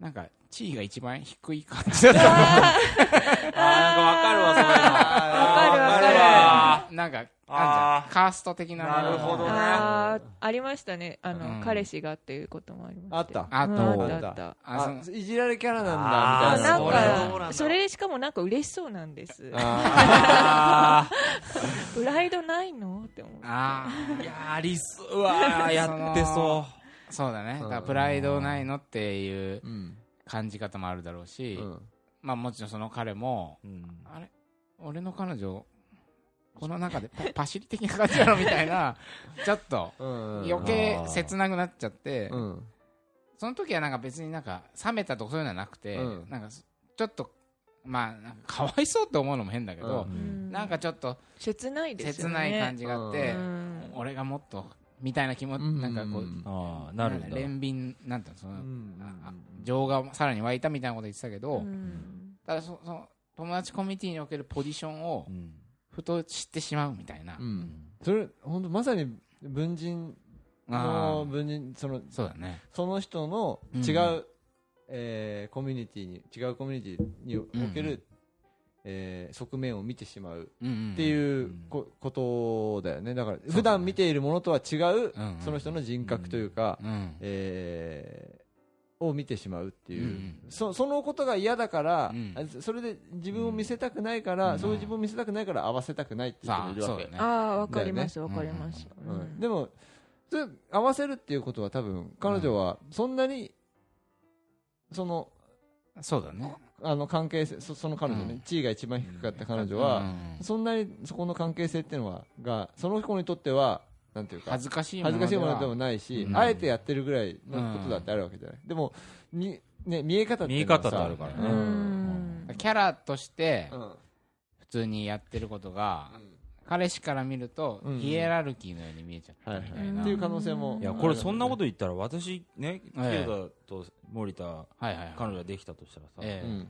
Speaker 1: なんか、地位が一番低い感じだった。
Speaker 3: あー、なんかわかるわ、そういうの。
Speaker 4: わかるわかる
Speaker 3: あーわかるわ
Speaker 1: なんか、あんじゃん。カースト的なもの
Speaker 3: なるほどね
Speaker 4: あーありましたねあ
Speaker 1: う
Speaker 4: の、
Speaker 1: ん
Speaker 4: 彼氏がっていうこともありました
Speaker 2: あった
Speaker 1: あ
Speaker 4: う
Speaker 1: と
Speaker 4: ん
Speaker 2: お
Speaker 4: あっ
Speaker 2: あ
Speaker 4: たあ
Speaker 2: っ
Speaker 4: った
Speaker 1: あその
Speaker 2: あいじられキャラなん
Speaker 3: あ
Speaker 4: あ
Speaker 2: だみたいな
Speaker 1: そうそ
Speaker 4: なん
Speaker 1: う
Speaker 4: かそれしかもなんか嬉しそうなんです
Speaker 2: あ
Speaker 3: あ
Speaker 4: プライドないのって思う
Speaker 1: あ
Speaker 3: ーいやー、リスはやってそ
Speaker 1: ーそうだね。
Speaker 2: う
Speaker 1: だ
Speaker 2: ん
Speaker 1: から、プライドないのっていう
Speaker 2: ーうん
Speaker 1: 感じ方もあるだろうし、
Speaker 2: うん
Speaker 1: まあもちろんその彼も、
Speaker 3: う。うん
Speaker 1: あれ俺の彼女、この中で *laughs* パパシリ的な感じなのみたいな、ちょっと、
Speaker 2: うん
Speaker 1: 余計切なくなっちゃって、
Speaker 2: うん
Speaker 1: その時はなんか別になんか冷めたとかそういうのはなくて、
Speaker 2: うん
Speaker 1: なんかそちょっとまあなんかかわいそうって思うのも変だけど
Speaker 2: う、
Speaker 4: うん
Speaker 1: なんかちょっと
Speaker 4: 切ないです
Speaker 1: 切
Speaker 4: よね
Speaker 1: ない感じがあって、
Speaker 4: うん
Speaker 1: 俺がもっとみたいな気持ち、
Speaker 2: うん
Speaker 1: なんかこう、
Speaker 2: うん
Speaker 3: ああ、なるん
Speaker 1: ん
Speaker 3: だ
Speaker 1: か。憐憫なんていうのその、
Speaker 2: うん
Speaker 1: あ情がさらに湧いたみたいなこと言ってたけど、
Speaker 4: うん
Speaker 1: ただそその友達コミュニティにおけるポジションを
Speaker 3: うん
Speaker 1: ふと知ってしまうみたいな、
Speaker 2: う
Speaker 3: うん
Speaker 2: んそれ本当まさに文人
Speaker 1: あ
Speaker 2: の
Speaker 1: ー
Speaker 2: 文人その
Speaker 1: そうだね
Speaker 2: その人の違う、
Speaker 1: う
Speaker 2: えーコミュニティに違うコミュニティにおける、
Speaker 1: うんう
Speaker 2: えー側面を見てしまう
Speaker 1: っ
Speaker 2: っていうこ,、ことだよねだから普段見ているものとは違う
Speaker 1: うんうん
Speaker 2: その人の人格というか、
Speaker 1: うん
Speaker 2: えーを見てしまうっていう、
Speaker 1: うんうん
Speaker 2: そそのことが嫌だから、
Speaker 1: うん
Speaker 2: あそれで自分を見せたくないから、
Speaker 1: うん
Speaker 2: そういう自分を見せたくないから合わせたくないっていう人
Speaker 1: さ
Speaker 2: もい
Speaker 1: あ
Speaker 2: る
Speaker 1: そ
Speaker 2: わ
Speaker 1: う
Speaker 2: け
Speaker 1: だね
Speaker 4: ああわかりますわかります
Speaker 2: うん
Speaker 4: うん
Speaker 2: でもそれ合わせるっていうことは多分彼女はそんなに、その
Speaker 1: そうだね
Speaker 2: あの関係性そその彼女ね、
Speaker 1: うん
Speaker 2: 地位が一番低かった彼女
Speaker 1: う
Speaker 2: は、
Speaker 1: ん
Speaker 2: そんなにそこの関係性っていうのはがその子にとってはなんていうか
Speaker 1: 恥ずかしいも
Speaker 2: 恥
Speaker 1: の
Speaker 2: ず
Speaker 1: で
Speaker 2: か
Speaker 1: は
Speaker 2: しいものでもないし、
Speaker 1: うん
Speaker 2: あえてやってるぐらいのことだってあるわけじゃない、でもに、ね、見え方って
Speaker 3: 見
Speaker 2: い
Speaker 3: え
Speaker 2: うのは
Speaker 3: 方
Speaker 2: さ
Speaker 3: ってあるから
Speaker 4: う
Speaker 3: ね。
Speaker 4: ん
Speaker 1: キャラとして
Speaker 2: うんうん
Speaker 1: 普通にやってることが彼氏から見ると
Speaker 2: うん
Speaker 1: ヒエラルキーのように見えちゃったみたい
Speaker 4: は
Speaker 1: な
Speaker 2: っていう可能性も
Speaker 4: うん
Speaker 3: いや、これそんなこと言ったら、私ね、
Speaker 1: ええ
Speaker 3: 清田と森田、
Speaker 1: はいはい
Speaker 3: 彼
Speaker 1: はい
Speaker 3: 女ができたとしたらさ、
Speaker 1: え
Speaker 2: うん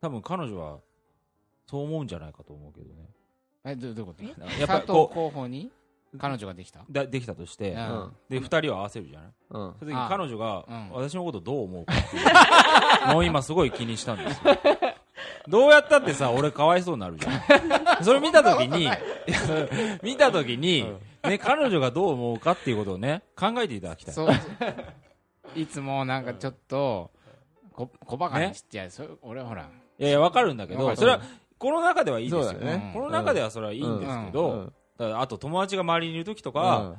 Speaker 3: 多分彼女は、そう思うんじゃないかと思うけどね。
Speaker 1: えどどういうこと
Speaker 3: やっぱ
Speaker 1: 佐
Speaker 3: り
Speaker 1: 藤
Speaker 3: こ
Speaker 1: 候補に彼女ができた
Speaker 3: う、だできたとして、
Speaker 1: うん
Speaker 3: で、二人を合わせるじゃない
Speaker 2: うん
Speaker 3: そ
Speaker 1: あ
Speaker 3: の時に
Speaker 1: あ
Speaker 3: 彼女が
Speaker 1: うん、
Speaker 3: 私のことどう思うかって
Speaker 1: *laughs*
Speaker 3: いうのを今すごい気にしたんですよ。どうやったってさ、俺かわいそうになるじ
Speaker 1: *laughs*
Speaker 3: ゃん。それ見た時に、いやそれ *laughs* 見た時に、ね、彼女がどう思うかっていうことをね、考えていただきたい。 *laughs*
Speaker 1: そういつもなんかちょっとこ小バカにしちゃうそれ俺ほら
Speaker 3: いやいや、わかるんだけ
Speaker 1: わか
Speaker 3: ど、
Speaker 1: る
Speaker 3: それは、この中ではいいですよ
Speaker 2: そうだよ
Speaker 1: ね
Speaker 3: この中ではそれはいいんですけ
Speaker 2: う
Speaker 3: ど、
Speaker 2: ん
Speaker 3: だからあと友達が周りにいる時と
Speaker 2: う
Speaker 3: か、
Speaker 2: ん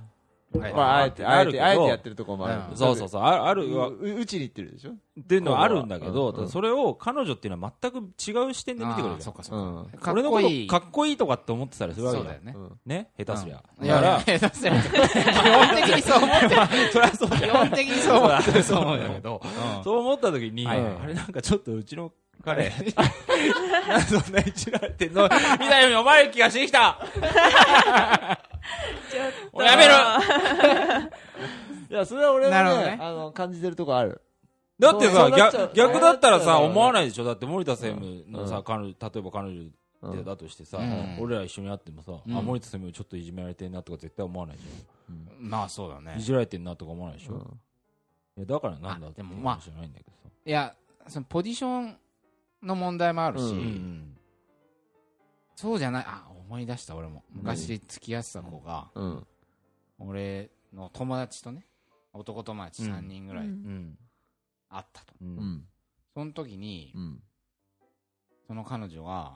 Speaker 1: はい
Speaker 2: まあ、あえてあ
Speaker 3: な
Speaker 2: え
Speaker 3: るけ
Speaker 2: て
Speaker 3: ど
Speaker 2: あえてやってるところもあ
Speaker 1: うん
Speaker 2: る
Speaker 3: そうそうそう、ああ
Speaker 2: う
Speaker 3: るわ
Speaker 2: ううちに行ってるでしょ、
Speaker 3: っていうのはあるんだけ
Speaker 2: う
Speaker 3: ど、
Speaker 2: ん
Speaker 3: ただそれを彼女っていうのは全く違う視点で見てくれ
Speaker 1: あ
Speaker 3: る
Speaker 1: ー
Speaker 3: じ
Speaker 1: そ
Speaker 3: ゃん
Speaker 1: っかそっ
Speaker 2: うん
Speaker 1: かか
Speaker 3: 俺
Speaker 1: っ
Speaker 3: の
Speaker 1: こ
Speaker 3: こ
Speaker 1: い
Speaker 3: と
Speaker 1: い
Speaker 3: かっこいいとかって思ってたりするわ
Speaker 1: そ
Speaker 3: け
Speaker 1: う
Speaker 3: じゃ
Speaker 1: だ
Speaker 3: ん
Speaker 1: よね
Speaker 3: ね、下手すりゃ。
Speaker 1: うんい
Speaker 3: だ
Speaker 1: や
Speaker 3: か
Speaker 1: い
Speaker 3: ら
Speaker 1: や、下手すりゃ基本的にそう思って
Speaker 3: そりゃそう
Speaker 1: 基
Speaker 3: だよ。
Speaker 1: 本的にそう思って
Speaker 3: *laughs* そう思うんだけど、そう思った時に、
Speaker 1: はいはい
Speaker 3: あれなんかちょっとうちの彼、 *laughs* なんでそんないじられてんのみたいに思われる気がしてきた
Speaker 4: ちょっったやめろ
Speaker 2: いや、それは俺
Speaker 1: なる
Speaker 2: も
Speaker 1: ほどね、
Speaker 2: ねあの、感じてるとこある。
Speaker 3: だって
Speaker 2: そ
Speaker 3: さ
Speaker 2: うなっちゃう
Speaker 3: 逆、逆だったら
Speaker 2: そうなっち
Speaker 3: さ、
Speaker 2: ゃうよね
Speaker 3: 思わないでしょだって森田専務の
Speaker 2: う
Speaker 3: さ、
Speaker 2: ん
Speaker 3: 彼女、例えば彼女
Speaker 2: うん
Speaker 3: でだとしてさ
Speaker 1: うん、
Speaker 3: 俺ら一緒に会ってもさ、
Speaker 1: うん
Speaker 3: あ、森田専務ちょっといじめられてんなとか絶対思わないでし
Speaker 1: まあそうだね
Speaker 3: ょ。いじられてんなとか思わないでし
Speaker 2: う
Speaker 3: ょ
Speaker 2: ん
Speaker 3: いや、だからなんだって
Speaker 1: あでもまあ
Speaker 3: じゃないんだけどさ。
Speaker 1: いやそのポジションの問題もあるし、
Speaker 2: うん
Speaker 3: うん
Speaker 1: そうじゃないあ思い出した俺も昔付き合ってた子が、
Speaker 2: うん。
Speaker 1: 俺の友達とね男友達3人ぐらい
Speaker 4: うん
Speaker 3: うん。
Speaker 1: 会ったと、
Speaker 3: う。
Speaker 2: うんん。
Speaker 1: その時に
Speaker 2: うん。
Speaker 1: その彼女が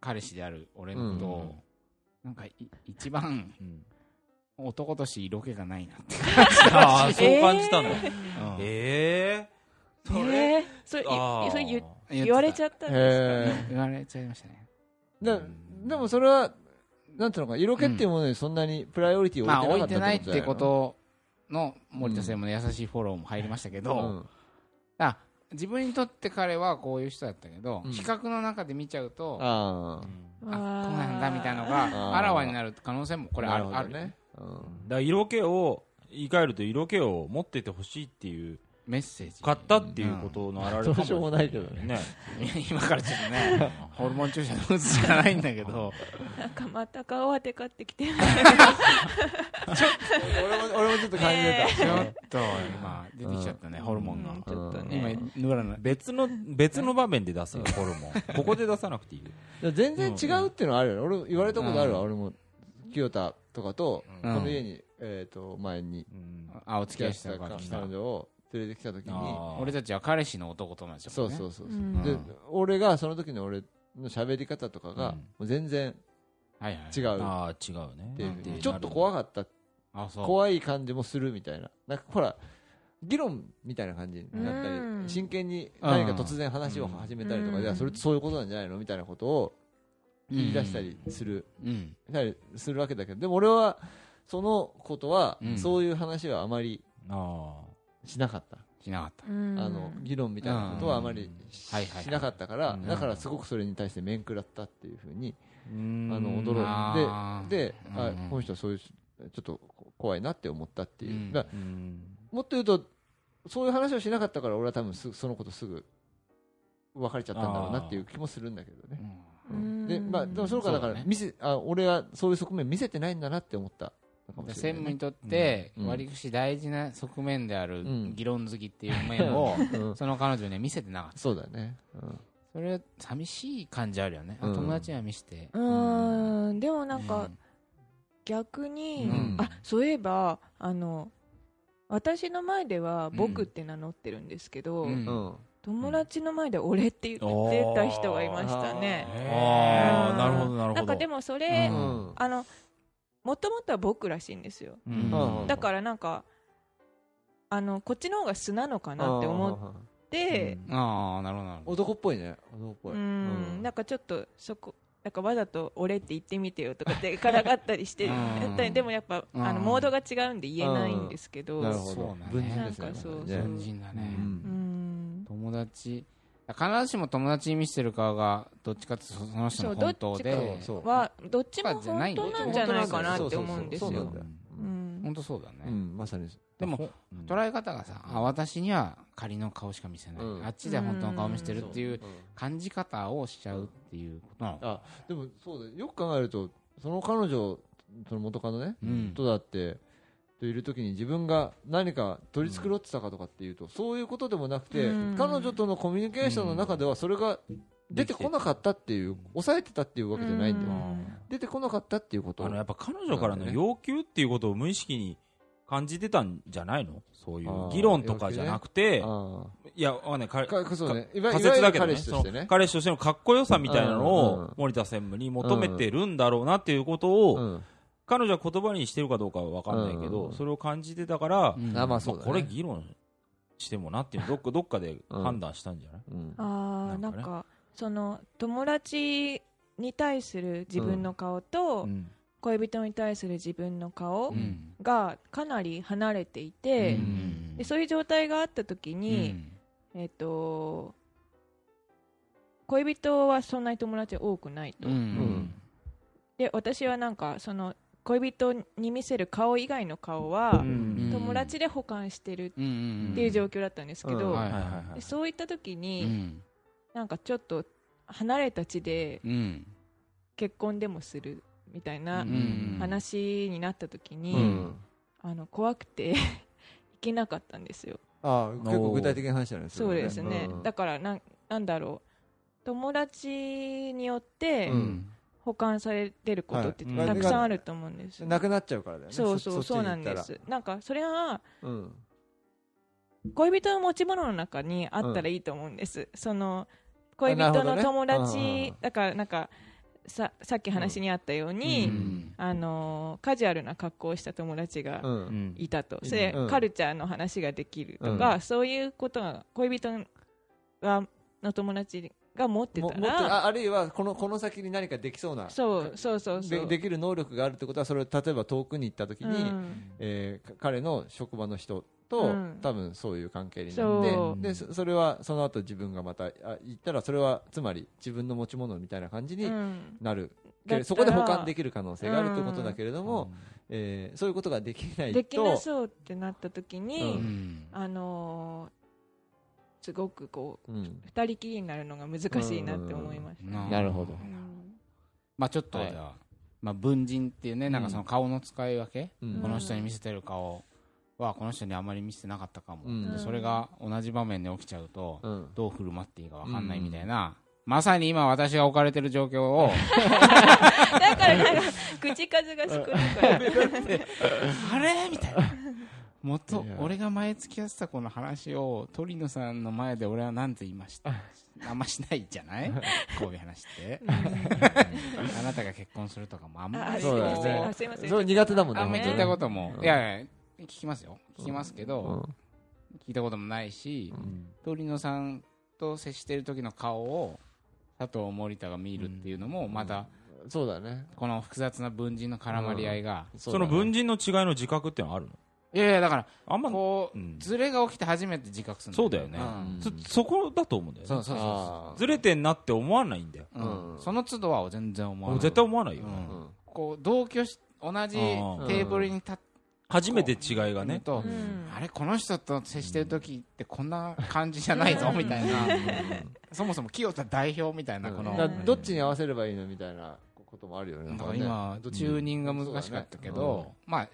Speaker 1: 彼氏である俺のことを、
Speaker 3: う
Speaker 1: な
Speaker 3: ん
Speaker 1: んかい一番
Speaker 3: うん
Speaker 1: 男として色気がないなって、
Speaker 3: *laughs* ああ、そう感じたんだ。
Speaker 1: え
Speaker 3: ええ。それ、
Speaker 4: えー、それ
Speaker 3: あ
Speaker 4: いそれ言
Speaker 3: あ
Speaker 1: ー
Speaker 4: 言われち
Speaker 1: ゃ
Speaker 4: ゃったんですか
Speaker 2: へ
Speaker 1: 言われちゃいましたね
Speaker 2: え。で、でもそれは、なんていうのか、色気っていうものにそんなにプライオリティを
Speaker 1: まあ置
Speaker 2: 置
Speaker 1: い
Speaker 2: いて
Speaker 1: て
Speaker 2: な
Speaker 1: な
Speaker 2: か
Speaker 1: い
Speaker 2: っ
Speaker 1: った
Speaker 2: っ
Speaker 1: て
Speaker 2: て
Speaker 1: こ
Speaker 2: こ
Speaker 1: ととの森田専務の優しいフォローも入りましたけ
Speaker 2: だ
Speaker 1: ど、
Speaker 2: よね。
Speaker 1: あ自分にとって彼はこういう人だったけど、
Speaker 2: うん
Speaker 1: 比較の中で見ちゃうと
Speaker 2: うん。
Speaker 1: あ
Speaker 2: あ
Speaker 1: こうなんだみたいなのが
Speaker 2: あー
Speaker 1: あらわになる可能性も
Speaker 2: あ。
Speaker 1: これある
Speaker 2: な
Speaker 1: あ
Speaker 2: ほ
Speaker 1: る
Speaker 2: どね
Speaker 1: ね。
Speaker 2: うん。
Speaker 3: だから色気を言い換えると色気を持っててほしいっていう
Speaker 1: メッセージ
Speaker 3: 買ったっていうことの表れか
Speaker 2: どうしようもないけど
Speaker 3: *laughs*
Speaker 2: ね
Speaker 3: ね
Speaker 1: いや今からちょっとねホルモン注射の打つしかないんだけど
Speaker 4: なんかまた顔当て買ってきて
Speaker 2: 俺も、俺もちょっと感じ
Speaker 1: ち
Speaker 2: て
Speaker 1: ょ
Speaker 2: た。
Speaker 1: っと今出てきちゃったね、ホルモンが、
Speaker 4: うん *laughs* ちょっと
Speaker 1: 今
Speaker 4: ね
Speaker 1: 塗らない
Speaker 3: 別の別の場面で出すよホルモンここで出さなくていいよ
Speaker 2: で全然違うっていうのはあるよね俺言われたことあるわ、俺も清田とかと、
Speaker 1: うん
Speaker 2: この家に、えー、と前に
Speaker 3: うん
Speaker 1: あお付
Speaker 2: 付
Speaker 1: き
Speaker 2: き
Speaker 1: 合
Speaker 2: 合
Speaker 1: い
Speaker 2: い
Speaker 1: した子が
Speaker 2: してた彼
Speaker 1: 来た
Speaker 2: 女を連れてきた時に
Speaker 3: あー
Speaker 1: 俺たちは彼氏の男友達だ
Speaker 2: そうそううそう、
Speaker 4: うん
Speaker 2: で
Speaker 1: ん
Speaker 2: 俺がその時の俺の喋り方とかが、
Speaker 3: うん
Speaker 2: もう全然
Speaker 1: はいはい
Speaker 2: 違うっ
Speaker 3: ああ違うね
Speaker 2: ていうふう
Speaker 1: う
Speaker 2: に
Speaker 1: ん
Speaker 2: ちょっと怖
Speaker 3: かっ
Speaker 2: かった
Speaker 1: あそう
Speaker 2: 怖い感じもするみたいななんかほら議論みたいな感じになったり、
Speaker 4: うん
Speaker 2: 真剣に何か突然話を
Speaker 3: うん
Speaker 2: 始めたりとか、
Speaker 4: うん
Speaker 2: いやそれってそういうことなんじゃないのみたいなことを言い出したりする、
Speaker 1: うん
Speaker 2: たりするわけだけどでも俺はそのことは、
Speaker 1: うん
Speaker 2: そういう話はあまり
Speaker 3: たあ
Speaker 2: しなかった、
Speaker 1: しなかった
Speaker 2: あの議論みたいなことはあまりし,、
Speaker 1: うんはいはいはい
Speaker 2: なかったから、
Speaker 3: うん
Speaker 2: だからすごくそれに対して面食らったっていうふうに、
Speaker 3: あうん
Speaker 2: あの驚
Speaker 1: あー
Speaker 2: いてで、あ
Speaker 1: うんうん
Speaker 2: この人はそういうちょっと怖いなって思ったっていう、
Speaker 1: うん
Speaker 2: だから
Speaker 3: うん
Speaker 2: もっと言うとそういう話をしなかったから俺は多分すそのことすぐ別れちゃったんだろうなっていう気もするんだけどね。
Speaker 1: うん
Speaker 2: うんでまあ、でもそのか
Speaker 1: そう
Speaker 2: だ
Speaker 1: だね
Speaker 2: から見せ、あ俺はそういう側面見せてないんだなって思ったのかも
Speaker 1: 専
Speaker 2: しれない
Speaker 1: 務
Speaker 2: ね、
Speaker 1: にとって
Speaker 2: うん
Speaker 1: 割り口大事な側面である
Speaker 2: うん
Speaker 1: 議論好きっていう面を
Speaker 2: うん
Speaker 1: *laughs* その彼女には見せてなかった
Speaker 2: そうだね、うん
Speaker 1: それは寂しい感じあるよね、
Speaker 2: うん
Speaker 1: 友達には見せて
Speaker 4: うんうんでもなん
Speaker 1: う
Speaker 4: か逆に、
Speaker 1: うん
Speaker 4: あそういえばあの私の前では「僕」って名乗ってるんですけど、
Speaker 1: うん
Speaker 2: うん
Speaker 4: 友達の前で「俺」って言ってた人がいましたね
Speaker 2: うん
Speaker 3: あ
Speaker 4: う
Speaker 3: あ
Speaker 4: ん
Speaker 3: なるほどなるほど
Speaker 4: なんかでもそれ、
Speaker 1: うん
Speaker 4: あのもともとは僕らしいんですよ
Speaker 3: う
Speaker 2: うん
Speaker 4: だからなんかあのこっちの方が素なのかなって思っ
Speaker 2: あ
Speaker 4: て
Speaker 3: うん
Speaker 1: ああなるほどなる
Speaker 2: ー
Speaker 1: ほど
Speaker 2: 男っぽいね男っぽ
Speaker 4: う
Speaker 2: い
Speaker 4: んなんかちょっとそこなんかわざと俺って言ってみてよとかってからかったりして
Speaker 1: うん
Speaker 4: やったりでもやっぱ
Speaker 1: うん
Speaker 4: あのモードが違うんで言えないんですけど
Speaker 2: なるほ
Speaker 1: そう
Speaker 2: ど
Speaker 1: ね
Speaker 2: 文人ですね
Speaker 4: なんかそう
Speaker 2: まさにね
Speaker 4: そう
Speaker 1: 文人だ
Speaker 2: う
Speaker 1: ね、
Speaker 4: うんん
Speaker 1: 友達必ずしも友達に見せてる側がどっちかっていうとその人の本当で
Speaker 4: そ
Speaker 2: どっちかそ
Speaker 4: う
Speaker 2: う
Speaker 4: はどっちも本当なんじゃないかなって思うんです
Speaker 2: そうな
Speaker 4: よ
Speaker 2: んだよ
Speaker 4: うん
Speaker 1: 本当そうだね、
Speaker 2: うんまさに
Speaker 1: でも
Speaker 3: うん
Speaker 1: 捉え方がさあ私には仮の顔しか見せない、
Speaker 2: うん
Speaker 1: あっちでは本当の顔見せてるっていううん感じ方をしちゃうっていうことなの
Speaker 2: あでもそうだよよく考えるとその彼女その元カノね
Speaker 1: うん
Speaker 2: とだってといる時に自分が何か取り繕ってたかとかっていうとそういうことでもなくて
Speaker 4: うん
Speaker 2: 彼女とのコミュニケーションの中ではそれが出てこなかったっていう抑えてたっていうわけじゃないんだ
Speaker 4: う
Speaker 2: よ
Speaker 4: ん
Speaker 2: 出てこなかったっていうこと
Speaker 3: あのやっぱ彼女からの要求っていうことを無意識に感じてたんじゃないのそうい
Speaker 2: あ
Speaker 3: う
Speaker 2: ー
Speaker 3: 議論とかじゃなくて、
Speaker 2: あ
Speaker 3: いや、わかんない、彼
Speaker 2: あかそうねいわ
Speaker 3: 仮
Speaker 2: いわ
Speaker 3: 説
Speaker 2: ゆ
Speaker 3: だ
Speaker 2: る
Speaker 3: けど
Speaker 2: 彼
Speaker 3: ね
Speaker 2: 氏
Speaker 3: そ
Speaker 2: として
Speaker 3: の
Speaker 2: ね
Speaker 3: 彼氏としてのかっこよさみたいな
Speaker 2: うん
Speaker 3: の
Speaker 2: うん
Speaker 3: を
Speaker 2: うん
Speaker 3: 森田専務に求めてるんだろうなっていうことを、
Speaker 2: うん
Speaker 3: 彼女は言葉にしてるかどうかは分かんないけ
Speaker 2: うんうん
Speaker 3: ど、
Speaker 2: うん
Speaker 3: それを感じてたから、
Speaker 1: うん
Speaker 2: あまあそうだね
Speaker 3: これ議論してもなっていうのどっかどっかで
Speaker 2: うん
Speaker 3: 判断したんじゃない、
Speaker 2: うん
Speaker 4: あー
Speaker 3: な
Speaker 4: なん
Speaker 3: かね
Speaker 4: んかその友達に対する自分の顔と
Speaker 3: うん
Speaker 4: 恋人に対する自分の顔
Speaker 1: うん
Speaker 4: がかなり離れていて
Speaker 3: うん
Speaker 4: でそういう状態があった時
Speaker 1: う
Speaker 4: に
Speaker 1: ん
Speaker 4: えっと恋人はそんなに友達多くないと
Speaker 1: うん
Speaker 2: ん
Speaker 4: で私はなんかその恋人に見せる顔以外の顔は
Speaker 1: うん
Speaker 4: 友達で保管してる
Speaker 1: うんうん
Speaker 4: っていう状況だったんですけ
Speaker 2: うん
Speaker 4: ど、
Speaker 1: はい
Speaker 3: はいはいは
Speaker 4: で
Speaker 3: い。
Speaker 4: そういった時に、
Speaker 1: うん
Speaker 4: なんかちょっと離れた地で
Speaker 1: うん
Speaker 4: 結婚でもするみたいな
Speaker 1: うん
Speaker 4: 話になった時に、
Speaker 2: うん
Speaker 4: あの怖くて *laughs* 行けなかったんですよ。
Speaker 2: ああ結構具体的な話じゃないですか
Speaker 4: そうですね、
Speaker 2: ん
Speaker 4: だからなんなんだろう友達によって
Speaker 2: う
Speaker 1: うんん
Speaker 4: 保管されてることって
Speaker 1: はい
Speaker 4: たくさんあると思うんです、
Speaker 2: なくなっちゃうからだよね
Speaker 4: そうそう
Speaker 2: そ
Speaker 4: そうなんで
Speaker 2: そっちに
Speaker 4: すなんかそれは
Speaker 2: 行っ
Speaker 4: 恋人の持ち物の中にあったらいいと思うんです、その恋
Speaker 2: なるほ
Speaker 4: 人
Speaker 2: ど
Speaker 4: の
Speaker 2: ね
Speaker 4: 友達、
Speaker 2: うんうんうん
Speaker 4: だからなんかささっき話にあったように、
Speaker 1: うん
Speaker 4: あのーカジュアルな格好をした友達
Speaker 2: たら
Speaker 4: が
Speaker 2: う
Speaker 3: うんん
Speaker 4: いたと、それ、
Speaker 2: うん
Speaker 4: カルチャーの話ができるとか、
Speaker 2: う
Speaker 4: そういうことが恋人がの友達が持ってた
Speaker 2: も
Speaker 4: ら
Speaker 2: もっとああるいはこのこの先に何かできそうな
Speaker 4: そうそうそうそう
Speaker 2: でできる能力があるってことはそれを例えば遠くに行った時に、
Speaker 4: うん
Speaker 2: えーか彼の職場の人と、
Speaker 4: うん
Speaker 2: 多分そういう関係にな
Speaker 4: そ
Speaker 2: って
Speaker 4: う
Speaker 2: でそそれはその後自分がまたあ行ったらそれはつまり自分の持ち物みたいな感じに
Speaker 4: うん
Speaker 2: なる、
Speaker 4: だったら
Speaker 2: そこで保管できる可能性があるということだけれども、えーそういうことができないと
Speaker 4: できなそうってなった時に、
Speaker 2: うん
Speaker 4: あのーすごくこう
Speaker 2: うん
Speaker 4: 二人きりになるのが難しいなって思いました、
Speaker 1: うん
Speaker 2: なるほど
Speaker 4: うん
Speaker 1: まあちょっとじゃ
Speaker 2: はい
Speaker 1: あまあ文人っていうねなんかその顔の使い分け
Speaker 2: うん
Speaker 1: この人に見せてる顔はこの人にあまり見せてなかったかも、
Speaker 2: うん
Speaker 1: でそれが同じ場面で起きちゃうと、
Speaker 2: うん
Speaker 1: どう振る舞っていいか分かんないみたいな、まさに今私が置かれてる状況を
Speaker 4: だからなんか口数が少ないから
Speaker 1: *laughs* あれみたいな元
Speaker 2: いや
Speaker 1: 俺が前付き合ってた子の話を鳥野さんの前で俺は何て言いま
Speaker 2: *laughs*
Speaker 1: したあんましないじゃないこういう話ってあなたが結婚するとかもあんま
Speaker 4: あ
Speaker 1: り
Speaker 2: そうだよね
Speaker 4: あすいません
Speaker 2: それ苦手だもんね
Speaker 1: あんまり聞いたことも、
Speaker 2: うん
Speaker 1: いやいや聞きますよ聞きますけ
Speaker 2: と
Speaker 1: ど、聞いたこともないし、鳥野さんと接してる時の顔を佐藤森田が見るっていうのもまた
Speaker 2: そうだね
Speaker 1: この複雑な文人の絡まり合いが、
Speaker 2: そ
Speaker 3: その文
Speaker 2: 人
Speaker 3: 人の違いの自覚ってのはあるの
Speaker 1: いやいやだから
Speaker 3: あんま、
Speaker 1: こう、
Speaker 3: うん
Speaker 1: ズレが起きて初めて自覚するん
Speaker 3: そうだよね
Speaker 1: うん
Speaker 3: そそこだと思うんだよね。
Speaker 1: そうそうそ
Speaker 2: あ
Speaker 3: ずれてんなって思わないんだよ。
Speaker 1: う、うん
Speaker 2: うん
Speaker 1: その都度は全然思わ
Speaker 3: も
Speaker 1: な
Speaker 3: う
Speaker 1: い
Speaker 3: 絶対思わないよ。
Speaker 1: うん
Speaker 2: ーうん
Speaker 1: こう同居し同じテーブルに立っ
Speaker 3: 初めて違いが
Speaker 1: てる
Speaker 3: ね。
Speaker 1: と、
Speaker 4: うん
Speaker 1: あれこの人と接してる時ってこんな感じじゃないぞみたいな、そもそも清田代表みたいなこの、
Speaker 2: うんだからどっちに合わせればいいのみたいなこともあるよね
Speaker 1: だから
Speaker 2: ね
Speaker 1: 今、
Speaker 2: どっち
Speaker 1: チューニングが難しかったけ
Speaker 2: そうだ
Speaker 1: ど、まあ、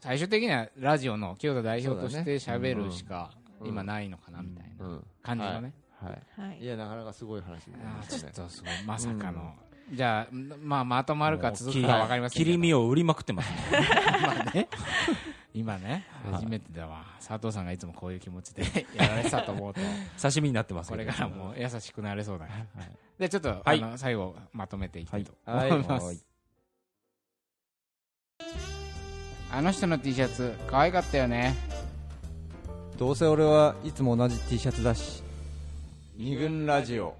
Speaker 1: 最終的にはラジオの清田代表として
Speaker 2: そうだね
Speaker 1: 喋るしか
Speaker 2: うん
Speaker 1: 今ないのかなみたいな
Speaker 2: うん
Speaker 1: 感じのね。
Speaker 2: はい
Speaker 4: はいい、
Speaker 2: やなかなかすごい話になり
Speaker 1: あ
Speaker 2: ま
Speaker 1: ー *laughs* ち
Speaker 2: し
Speaker 1: ょ
Speaker 2: た
Speaker 1: っ
Speaker 2: ね
Speaker 1: とすごい、まさかの。じゃあ、まあ、まとまるか続くか
Speaker 3: もう
Speaker 1: わかりませんけ
Speaker 3: 切
Speaker 1: ど。
Speaker 3: り身を売りまくっ
Speaker 1: *laughs*
Speaker 3: てますね。
Speaker 1: 今ね。 *laughs* 今ね、初めてだわ。佐藤さんがいつもこういう気持ちでやられてたと思うと、
Speaker 3: 刺身になってます
Speaker 1: こ
Speaker 3: け
Speaker 1: れ
Speaker 3: ど
Speaker 1: からも優しくなれそうだね。
Speaker 3: はい
Speaker 1: で、ちょっと、あ
Speaker 3: はい
Speaker 1: の、最後、まとめていきたいと
Speaker 2: はい
Speaker 1: 思いま
Speaker 2: は
Speaker 1: す
Speaker 2: い。
Speaker 1: あの人の T シャツ、可愛かったよね。
Speaker 2: どうせ俺はいつも同じ T シャツだし二軍ラジオ